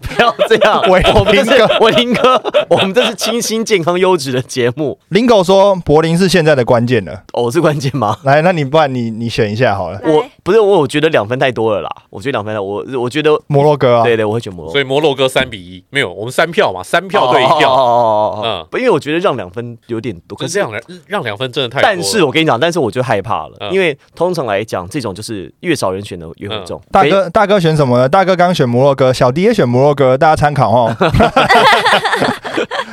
A: 不要这样，
B: 伟
A: 我们这
B: 林
A: 是伟林哥，我们这是清新、健康、优质的节目，
B: 林狗说柏林是现在的关键了，
A: 哦，是关键吗？
B: 来，那你不然你你选一下好了，
E: 来
A: 我不是我，我觉得两分太多了啦，我觉得两分太，我我觉得，
B: 摩洛哥啊，
A: 对对，我会选摩洛
C: 所
A: 哥，
C: 以摩洛哥三比一，没有，我们三票嘛，三票对一
A: 哦
C: 票，
A: 哦哦哦哦，
C: 嗯
A: 不，因为我觉得让两分有点多，
C: 可是这样。的让两分真的太多了。
A: 但是我跟你讲，但是我就害怕了，
C: 嗯
A: 因为通常来讲，这种就是越少人选的越会中。
B: 嗯大
A: 北
B: 哥，大哥选什么呢？大哥刚选摩洛哥，小迪也选摩洛哥，大家参考哦。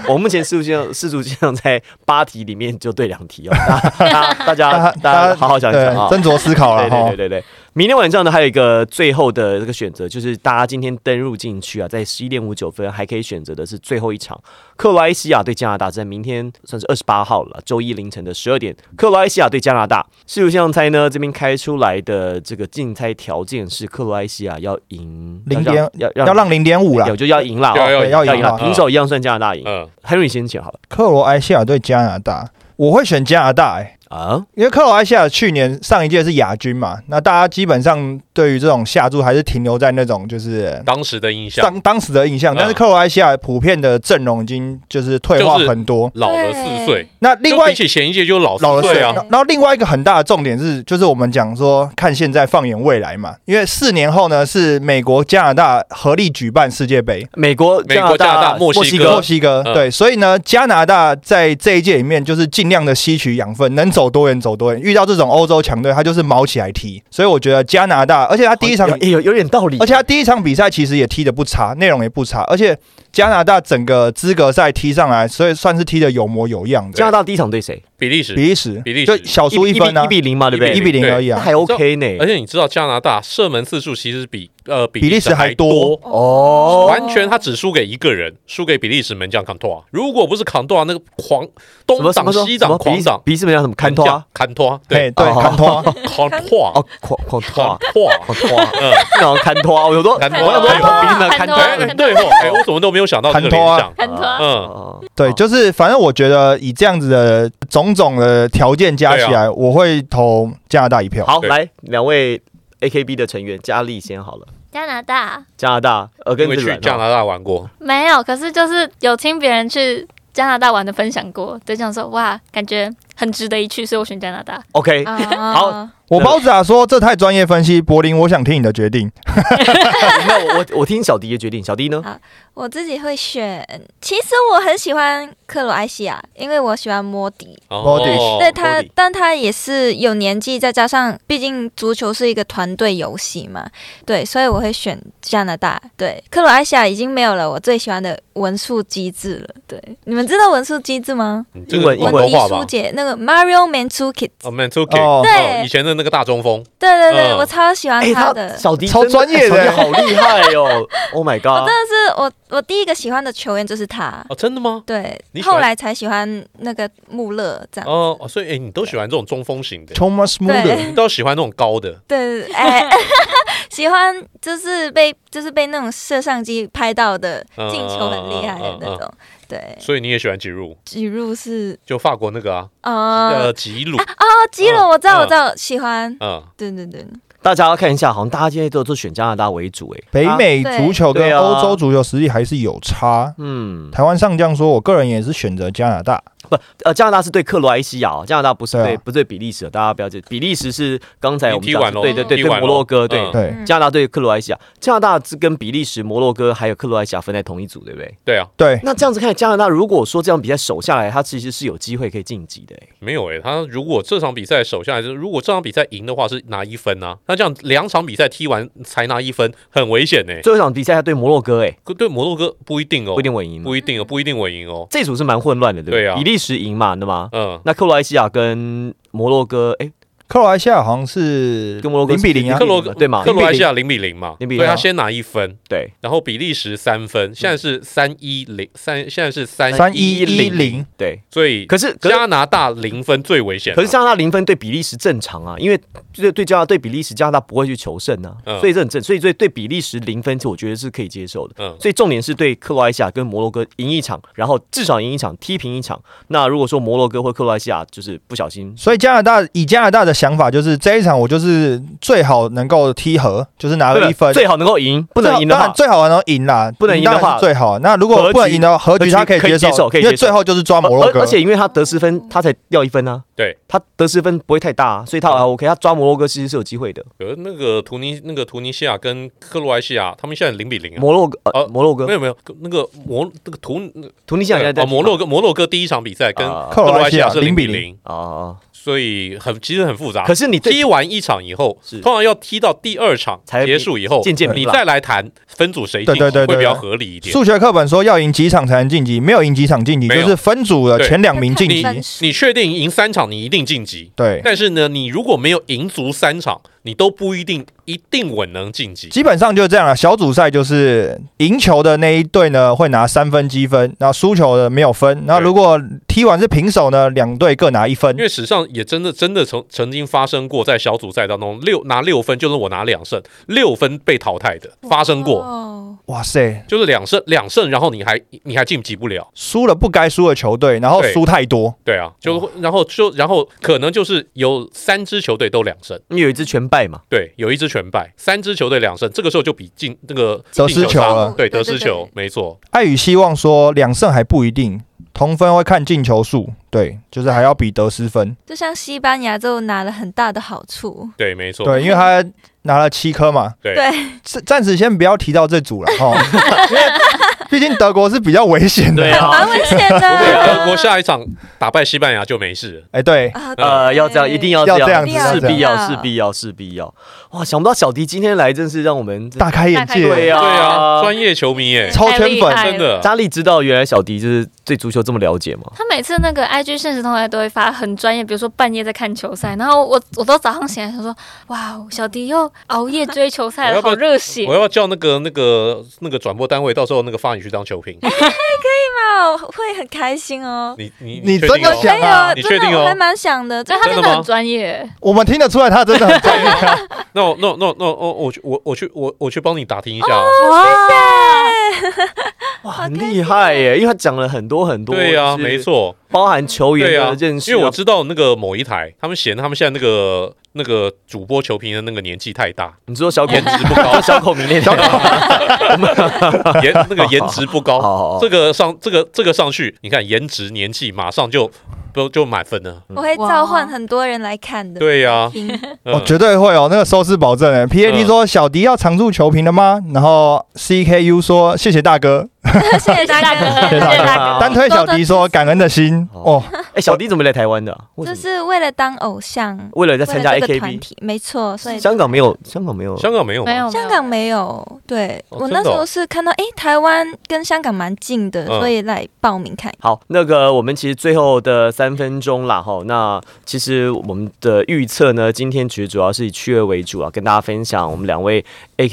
A: 我目前世足上世足上在八题里面就对两 题哦，大大大家大家好好想一
B: 对
A: 想啊，
B: 斟酌思考了
A: 对对
B: 哈
A: 对。对对，明天晚上呢还有一个最后的这个选择，就是大家今天登入进去啊，在十一点五九分还可以选择的是最后一场克罗埃西亚对加拿大，在明天算是二十八号了，周一凌晨的十二点，克罗埃西亚对加拿大。世足项猜呢这边开出来的这个竞猜条件是克罗埃西亚要赢
B: 零
A: 要
B: 点
A: 要
B: 要让零点五啦
A: 有，就要赢啦，
C: 要
A: 哦
B: 对
C: 要
B: 要
A: 要
B: 赢
A: 赢
B: 啦
A: 啦，平手一样算加拿大赢。
C: 嗯，
A: Henry 先讲好了
B: 克罗埃西亚对加拿大，我会选加拿大、欸，
A: 啊，
B: 因为克罗埃西亚去年上一届是亚军嘛，那大家基本上对于这种下注还是停留在那种就是
C: 当时的印象
B: 当当时的印象，
C: 嗯
B: 但是克罗埃西亚普遍的阵容已经就是退化
C: 就是
B: 很多。
C: 老了四岁，
B: 那
C: 就
B: 另外
C: 比起前一届就老
B: 老了
C: 四
B: 四
C: 岁
B: 岁
C: 啊，
B: 然后另外一个很大的重点是，就是我们讲说看现在放眼未来嘛，因为四年后呢是美国、加拿大合力举办世界杯。
A: 美国、
C: 美国加拿大墨
A: 墨
C: 西
A: 西
C: 哥
A: 哥
B: 墨西哥、
C: 嗯
B: 对，所以呢，加拿大在这一届里面就是尽量的吸取养分，能走多远走多远。遇到这种欧洲强队，他就是毛起来踢。所以我觉得加拿大，而且他第一场，
A: 哦有有有点道理，
B: 而且他第一场比赛其实也踢得不差，内容也不差，而且加拿大整个资格赛踢上来，所以算是踢得有模有样的。
A: 加拿大第一场对谁？
C: 比利时
B: 比。利时，
C: 比利时
B: 就小输
A: 一
B: 一
A: 比
B: 分啊
A: 一，比零嘛，对不对？
B: 一比零
C: 对
B: 而已
A: 那
B: 啊。
A: 还 OK 呢。
C: 而且你知哎道加拿大射门次数其实比呃比
B: 比利
C: 利
B: 时还
C: 还
B: 多
A: 哦
C: 完全他只输给一个人，输给比利时门将坎托。啊如果不是坎托，那个狂
A: 什
C: 东
A: 么什
C: 挡
A: 么
C: 西挡狂挡，
A: 比什么叫什么看拖啊？
C: 坎托，
B: 对对，
C: 对，
A: 哦
B: 坎托，
C: 坎托，
A: 哦，狂狂拖
C: 坎
A: 啊，
C: 托，
A: 狂拖啊，
C: 嗯，
A: 然后看拖啊，我有多，我
C: 看
A: 想
C: 拖
A: 说
C: 哎呦
A: 比呢看
D: 看
A: 拖
D: 拖
A: 啊，
C: 哎，对哦，哎，我怎么都没有想到这
B: 坎
C: 个
B: 托啊
C: 联想，
D: 看拖啊，
C: 嗯，
A: 哦
B: 对，
A: 哦
B: 就是反正我觉得以这样子的种种的条件加起
C: 对
B: 来，我会投加拿大一票。
A: 好，
C: 对
A: 来两位 AKB 的成员，佳丽先好了，
D: 加拿大
A: 加拿大耳
C: 因
A: 根
C: 为
A: 子
C: 去
A: 软
C: 加
A: 哦，
C: 拿大玩过，
D: 没有，可是就是有听别人去加拿大玩的分享过，就想说哇，感觉很值得一去，所以我选加拿大。
A: OK，
E: 啊哦好，
B: 我包子啊说这太专业分析，柏林，我想听你的决定。
A: 那我我我听小迪的决定，小迪呢？
E: 我自己会选。其实我很喜欢克罗埃西亚，因为我喜欢摩迪。
C: 哦
A: 哦
B: Modish
E: 对他
A: Modi，
E: 但他也是有年纪，再加上毕竟足球是一个团队游戏嘛，对，所以我会选加拿大。对，克罗埃西亚已经没有了我最喜欢的文数机制了。对，你们知道文数机制吗？
C: 你嗯这个
A: 英文
C: 广
A: 文
C: 东
E: 迪
C: 话
E: 书
C: 吧？
E: 姐那个 Mario Mandzukic，
C: 哦 m a n t u k
B: 哦
E: 对
C: 以前的那个大中锋，
E: 对对对，
C: 嗯
E: 我超喜欢
A: 哎、
E: 啊他的。
A: 他小迪
B: 超
A: 真的
B: 专业的
A: 小迪好厉害哦！Oh my
E: 我
A: god！
E: 真的是我我第一个喜欢的球员就是他。
C: 哦，真的吗？
E: 对
C: 你，喜欢
E: 后来才喜欢那个穆勒这样。
C: 哦，哦所以哎，你都喜欢这种中锋型的，
B: Thomas Muller，
E: 对
C: 你都喜欢那种高的，
E: 对，对对哎， 喜欢就是被就是被那种摄像机拍到的
C: 嗯
E: 进球很厉害的那
C: 嗯嗯
E: 种。对，
C: 所以你也喜欢吉入，
E: 吉鲁是
C: 就法国那个啊，
E: 呃
C: 呃，吉鲁，
E: 哦，吉鲁
C: 嗯
E: 我知道
C: 嗯
E: 我知道喜欢，
C: 嗯，
E: 对对对，
A: 大家要看一下，好像大家现在都都选加拿大为主、哎，
B: 北
A: 啊
B: 美
E: 对
B: 足球
A: 对
B: 跟
A: 啊
B: 欧洲足球实力还是有差。
A: 嗯，
B: 台湾上将说，我个人也是选择加拿大。
A: 不，呃，加拿大是对克罗埃西亚哦，加拿大不是对，
B: 对啊
A: 不是对比利时哦，大家不要记，比利时是刚才我们
C: 你踢
A: 讲
C: 完
A: 是
C: 咯
A: 对对对
C: 踢
A: 对
C: 完
A: 摩
C: 咯
A: 洛哥，对、
C: 嗯
B: 对，
E: 嗯
A: 加拿大对克罗埃西亚，加拿大是跟比利时、摩洛哥还有克罗埃西亚分在同一组，对不对？
C: 对啊，
B: 对，
A: 那这样子看，加拿大如果说这场比赛守下来，他其实是有机会可以晋级的、哎
C: 没有诶、他如果这场比赛守下来，就是如果这场比赛赢的话是拿一分啊，那这样两场比赛踢完才拿一分，很危险呢、
A: 最后一场比赛他对摩洛哥、哎，
C: 可对摩洛哥不一定哦，
A: 不一定稳赢嘛。
C: 不一定哦，不一定稳赢哦，
A: 这组是蛮混乱的，对不对？
C: 对啊
A: 比利时赢嘛，对吗？
C: 嗯，
A: 那克罗埃西亚跟摩洛哥，哎、
B: 克罗埃西亚好像是
A: 跟摩洛哥
B: 零比零啊
C: 克，罗
A: 对嘛
C: 克罗埃西亚零比零嘛，
A: 0比0
C: 对他
A: 啊
C: 先拿一分，
A: 对，
C: 然后比利时三分，现在是三一零三，现在是三
B: 三
C: 一
B: 一一
C: 零，
B: 零。
A: 对。
C: 所以
A: 可是可是
C: 加拿大零分最危险啊、
A: 可是加拿大零分对比利时正常啊，因为对对加拿大对比利时，加拿大不会去求胜啊，
C: 嗯
A: 所以这很正，所以对对比利时零分，我觉得是可以接受的。
C: 嗯
A: 所以重点是对克罗埃西亚跟摩洛哥赢一场，然后至少赢一场，踢平一场。那如果说摩洛哥或克罗埃西亚就是不小心，
B: 所以加拿大以加拿大的想法就是这一场我就是最好能够踢和，就是拿了一分，
A: 最好能够赢，不能赢的
B: 当
A: 话
B: 然，最好能够赢啦，
A: 不能赢的话
B: 当然是最好。那如果不能赢的话，和
A: 局
B: 局他可以
A: 可以
B: 接
A: 接受
B: 受，
A: 可以
B: 因为
A: 接受
B: 啊最后就是抓摩洛
A: 而
B: 哥，
A: 而且因为他得失分，他才掉一分啊，
C: 对，嗯
A: 他得失分不会太大、啊，所以他还 OK，他抓摩洛哥其实是有机会的。
C: 可是那个图尼那个图尼西亚跟克罗埃西亚，他们现在零比零啊。
A: 摩洛哥，呃，
C: 哦
A: 摩洛哥
C: 没，有没有，那个摩那个图
A: 图尼西亚现在在
C: 哦摩洛哥摩洛哥第一场比赛跟
A: 啊
B: 克罗埃西亚
C: 是
B: 零
C: 比
B: 比
C: 零
B: 零，
A: 哦，
C: 所以很其实很复杂
A: 啊可。是你对
C: 踢完一场以后，
A: 是
C: 通常要踢到第二场
A: 才会
C: 结束以后，
A: 渐渐
C: 你
A: 明朗
C: 再来谈分组谁晋级
B: 对对对对
C: 会比较合理一点。
B: 数学课本说要赢几场才能晋级，没有赢几场晋级，
C: 没有
B: 就是分组的
C: 对
B: 前两名晋
C: 你
B: 级。
C: 你确定赢三场，你一定晋级。
B: 对，
C: 但是呢，你如果没有赢足三场，你都不一定一定稳能晋级。
B: 基本上就这样了。小组赛就是赢球的那一队呢会拿三分积分，然后输球的没有分。那如果踢完是平手呢，两队各拿一分
C: 因。为史上也真的真的曾曾经发生过，在小组赛当中六拿六分，就是我拿两胜，六分被淘汰的发生过，
E: 哦，
B: 哇塞，
C: 就是两胜两胜，然后你还你还晋级不了，
B: 输了不该输的球队，然后
C: 对
B: 输太多。
C: 对啊，就会然后就然后可能就是有三支球队都两胜，
A: 你有一支全败嘛？
C: 对，有一支全败，三支球队两胜，这个时候就比进那个
B: 得失
C: 进
B: 球
C: 差
B: 了
C: 对，
E: 对
C: 得
E: 对
C: 失
E: 对
C: 球没错，
B: 爱与希望说两胜还不一定，同分会看进球数，对，就是还要比得失分，
E: 就像西班牙就拿了很大的好处，
C: 对，没错，
B: 对，因为他拿了七颗嘛，
C: 对
B: 暂暂时先不要提到这组了 哈，因为毕竟德国是比较危险的，
A: 啊
E: 蛮危险的。
C: 啊 对，啊德国下一场打败西班牙就没事了。
B: 哎、对，
E: 啊，对
A: 呃，要这样，一定要
B: 要
A: 这样，
B: 这
E: 样
A: 是
E: 子
A: 必要，
E: 要这样
A: 是必要，是必要。哇，想不到小迪今天来，真是让我们
B: 大开眼界，
A: 对
C: 对
A: 啊
C: 啊，专业球迷耶、
B: 超圈粉，
D: 太
C: 真
D: 厉害了
E: 哎
C: 的
A: 佳丽知道原来小迪就是对足球这么了解吗？
D: 他每次那个 IG 现实动态都会发很专业，比如说半夜在看球赛，然后我我都早上醒来想说，哇，小迪又熬夜追球赛
C: 我要
D: 了，
C: 不要
D: 好热血
C: 我！要叫那个那个那个转播单位，到时候那个发你去当球 评。
E: 哇我会很开心哦。
C: 你你
B: 你
C: 确
B: 真的
C: 定哦
B: 想啊
E: 哎
C: 你
E: 呦，
C: 确
E: 真
C: 定
E: 的
C: 哦
E: 我还蛮想的，
D: 对
E: 这
D: 他真
C: 真
D: 的
C: 的吗
D: 很专业，
B: 我们听得出来他真的很 专业啊，
C: 那我那我那我那我哦，我去我我去我我去帮你打听一下。
D: 哇！
A: 哇，很厉害耶！因为他讲了很多很多，
C: 对呀、啊
A: 就是
C: 没。错。
A: 包含球员
C: 对啊
A: 的认，识、
C: 因为我知道那个某一台，他们嫌他们现在那个那个主播球评的那个年纪太大，
A: 你说小孔，
C: 颜值不 高
A: 小孔明那条
B: 小，
C: 颜那个颜值不
A: 好好
C: 高
A: 好，
C: 这个上这个这个上去，你看颜值年纪马上就不就满分了。
E: 我会召唤很多人来看的。
C: 对啊 呀、
E: 听，
B: 哦，
C: 嗯
B: 绝对会哦，那个收视保证哎。PAT
A: 啊
C: 嗯
B: 说小迪要常驻球评了吗？然后 CKU 说谢谢大哥，
E: 谢 谢大
D: 大哥
E: 家。
D: 谢谢大
A: 好
D: 哥
B: 单推小迪说感恩的心
A: 啊哦
B: 哦，
A: 哎，小弟怎么来台湾的啊？为什么
E: 就是为了当偶像，
A: 为了在
E: 为
A: 参加
E: 了这个团
A: AKB，
E: 体，没错，所以
A: 香港没有，香港没有，
C: 香港没有吗
D: 没有，
E: 香港没有。对
C: 哦
E: 我
C: 真的
E: 那
C: 哦
E: 时候是看到，诶，台湾跟香港蛮近的，
C: 嗯
E: 所以来报名看。
A: 好，那个我们其实最后的三分钟啦，哈，那其实我们的预测呢，今天其实主要是以趣味为主啊，跟大家分享我们两位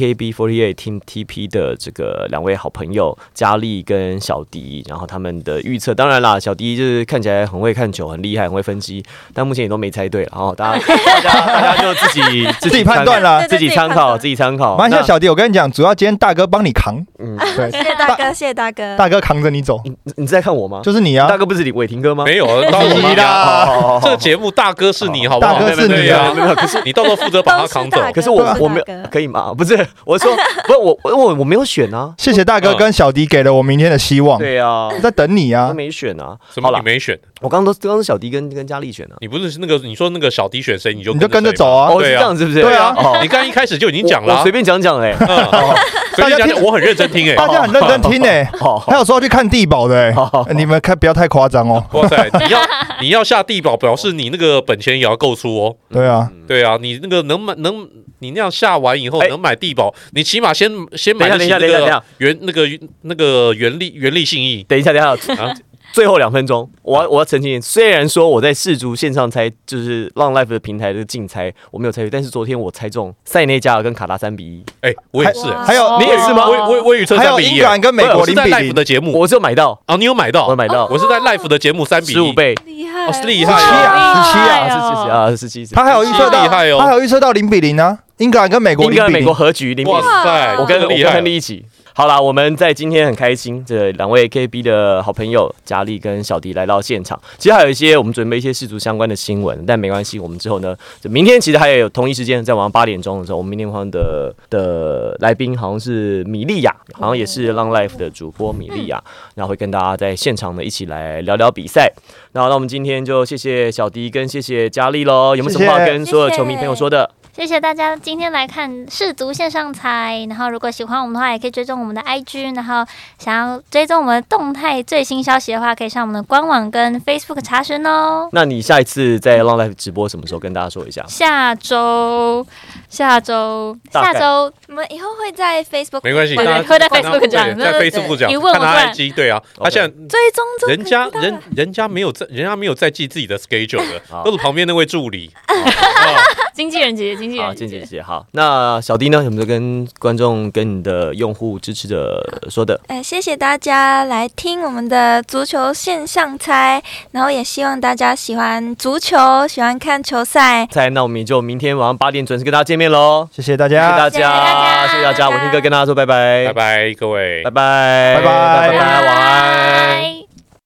A: AKB48 Team TP 的这个两位好朋友佳丽跟小迪，然后他们的预测。当然啦，小迪就是看起来很会看球，很厉害，很会分析，但目前也都没猜对了，哦，大家大家大家就自己自
B: 自己
A: 参
B: 判断啦。
A: 自己参考，自
E: 己。
A: 己参考。
B: 马来西亚
A: 哦那
B: 小迪，我跟你讲，主要今天大哥帮你扛，
A: 嗯，
B: 对，
E: 谢谢大哥，谢谢大 哥。
B: 大哥扛着你走，
A: 你你是在看我吗？
B: 就是你啊
A: 大。哥不是李伟霆哥吗？哦
C: 没有，啊到时候
B: 你啦
C: 好
A: 好好好好
C: 这个节目大哥是你，好不好？
B: 大
A: 哦
B: 哥是
C: 对
B: 你
C: 呀
B: 啊、
A: 没有，可是
C: 你到时候负责把他扛走。
E: 都是大哥
A: 可是我
E: 对啊
A: 我没
E: 大哥
A: 有可以吗？不是，我说 不是我我我我没有选啊。
B: 谢谢大哥跟小迪给了我明天的希
C: 哦
B: 望，
A: 对啊，
B: 我在等你
A: 我
B: 啊。
A: 没选啊。
C: 什
A: 好
C: 么？
A: 了
C: 你，没选？
A: 我刚刚都刚刚是小迪跟跟佳丽选啊。
C: 你不是那个？你说那个小迪选谁，你就
B: 你就跟着
C: 谁
B: 走
C: 嘛。
B: 啊！
A: 哦，是
C: 对
A: 这
C: 啊
A: 样是不是？
B: 对啊
A: 哦
C: 你刚一开始就已经
A: 我
C: 讲了
A: 我
C: 啊
A: 随，便讲讲 哎。
C: 嗯随便
B: 大家
C: 讲
B: 听哎
C: 讲，我很认真听诶。
B: 大家很认真听诶、还
A: 哦好，
B: 有说要去看地堡的、欸，你们看不要太夸张哦。
C: 哇塞，你要你要下地保，表示你那个本钱也要够粗哦。
B: 对啊，
C: 对啊，你那个能买能，你那样下完以后
A: 哎
C: 能买地保，你起码先先买
A: 等一下
C: 得起
A: 等一下等一
C: 那个
A: 下
C: 原那个那个原力原力信义
A: 等一下，等一下，
C: 啊，
A: 最后两分钟，我要我要澄清，虽然说我在世足线上猜就是浪 life 的平台的竞猜我没有猜对，但是昨天我猜中塞内加尔跟卡达三比一，
C: 哎，我也是欸，
B: 还有
A: 你也是吗
C: 我我我也预测
B: 还
C: 三
B: 有
C: 比
B: 英
C: 一
B: 格
C: 欸，
B: 兰跟美
A: 我
B: 国
C: 我
B: 零
C: 是
B: 比
C: 在 live
B: 零，
C: 的节目
A: 我只有买到，
C: 啊，你有买到
A: 我？买到
C: 我是在 live 的节目三比一
A: 十五，倍，
E: 厉
D: 哎
E: 害
C: 哦是厉
B: 十
C: 害
B: 七
E: 哎
B: 啊，十七
A: 啊
B: 啊，
A: 是是是啊是是是，
B: 他还有预测
C: 厉
B: 到，
C: 害哦
B: 他还有预测到零比零啊，英格兰跟美国
A: 英
B: 零
A: 格
B: 比
A: 美国
B: 零，
A: 和局零比
C: 哇
A: 零。
C: 塞，
A: 我跟
C: 这
A: 我
C: 个厉
A: 跟
C: 害
A: 亨利一起。好啦，我们在今天很开心，这两位 KB 的好朋友佳丽跟小迪来到现场。其实还有一些我们准备一些世足相关的新闻，但没关系，我们之后呢，就明天其实还有同一时间，在晚上八点钟的时候，我们明天晚上的的来宾好像是米莉亚，好像也是 Long Life 的主播米莉亚，然后会跟大家在现场呢一起来聊聊比赛。那那我们今天就谢谢小迪跟谢谢佳丽喽，有没有什么话
B: 谢谢
A: 跟所有球迷朋友说的？
D: 谢谢大家今天来看世足线上猜，然后如果喜欢我们的话，也可以追踪我们的 IG，然后想要追踪我们的动态最新消息的话，可以上我们的官网跟 Facebook 查询哦。
A: 那你下一次在 Long Life 直播什么时候跟大家说一 下？
D: 下周，下周，
A: 大概
D: 下周
E: 我们以后会在 Facebook
C: 没关系，
D: 对
C: 大家
D: 会在
C: 看他
D: Facebook 讲
C: 对在
E: 对
C: Facebook 讲，
D: 一问
C: 看
D: 我
C: 他
D: 问
C: IG，对啊，他
A: OK
C: 现在
E: 追踪就可以
C: 人家
E: 知道了
C: 人人家没有在，人家没有在记自己的 schedule
A: 好
C: 的，都是旁边那位助理。
D: 经纪人姐姐，经纪
A: 好，
D: 人
A: 健姐
D: 姐姐，
A: 姐好。那小迪呢？有没有跟观众、跟你的用户支持者说的？
E: 呃，谢谢大家来听我们的足球线上猜，然后也希望大家喜欢足球，喜欢看球赛。
A: 再那我们也就明天晚上八点准时跟大家见面喽。
B: 谢谢大
A: 谢谢
B: 家，
A: 大
E: 谢谢
A: 家，
E: 大家
A: 谢谢
C: 哎
A: 大家，文天哥跟大家说拜拜，
C: 拜拜，各位
A: 拜，拜，
B: 拜拜
A: 拜拜，晚安。
D: 拜。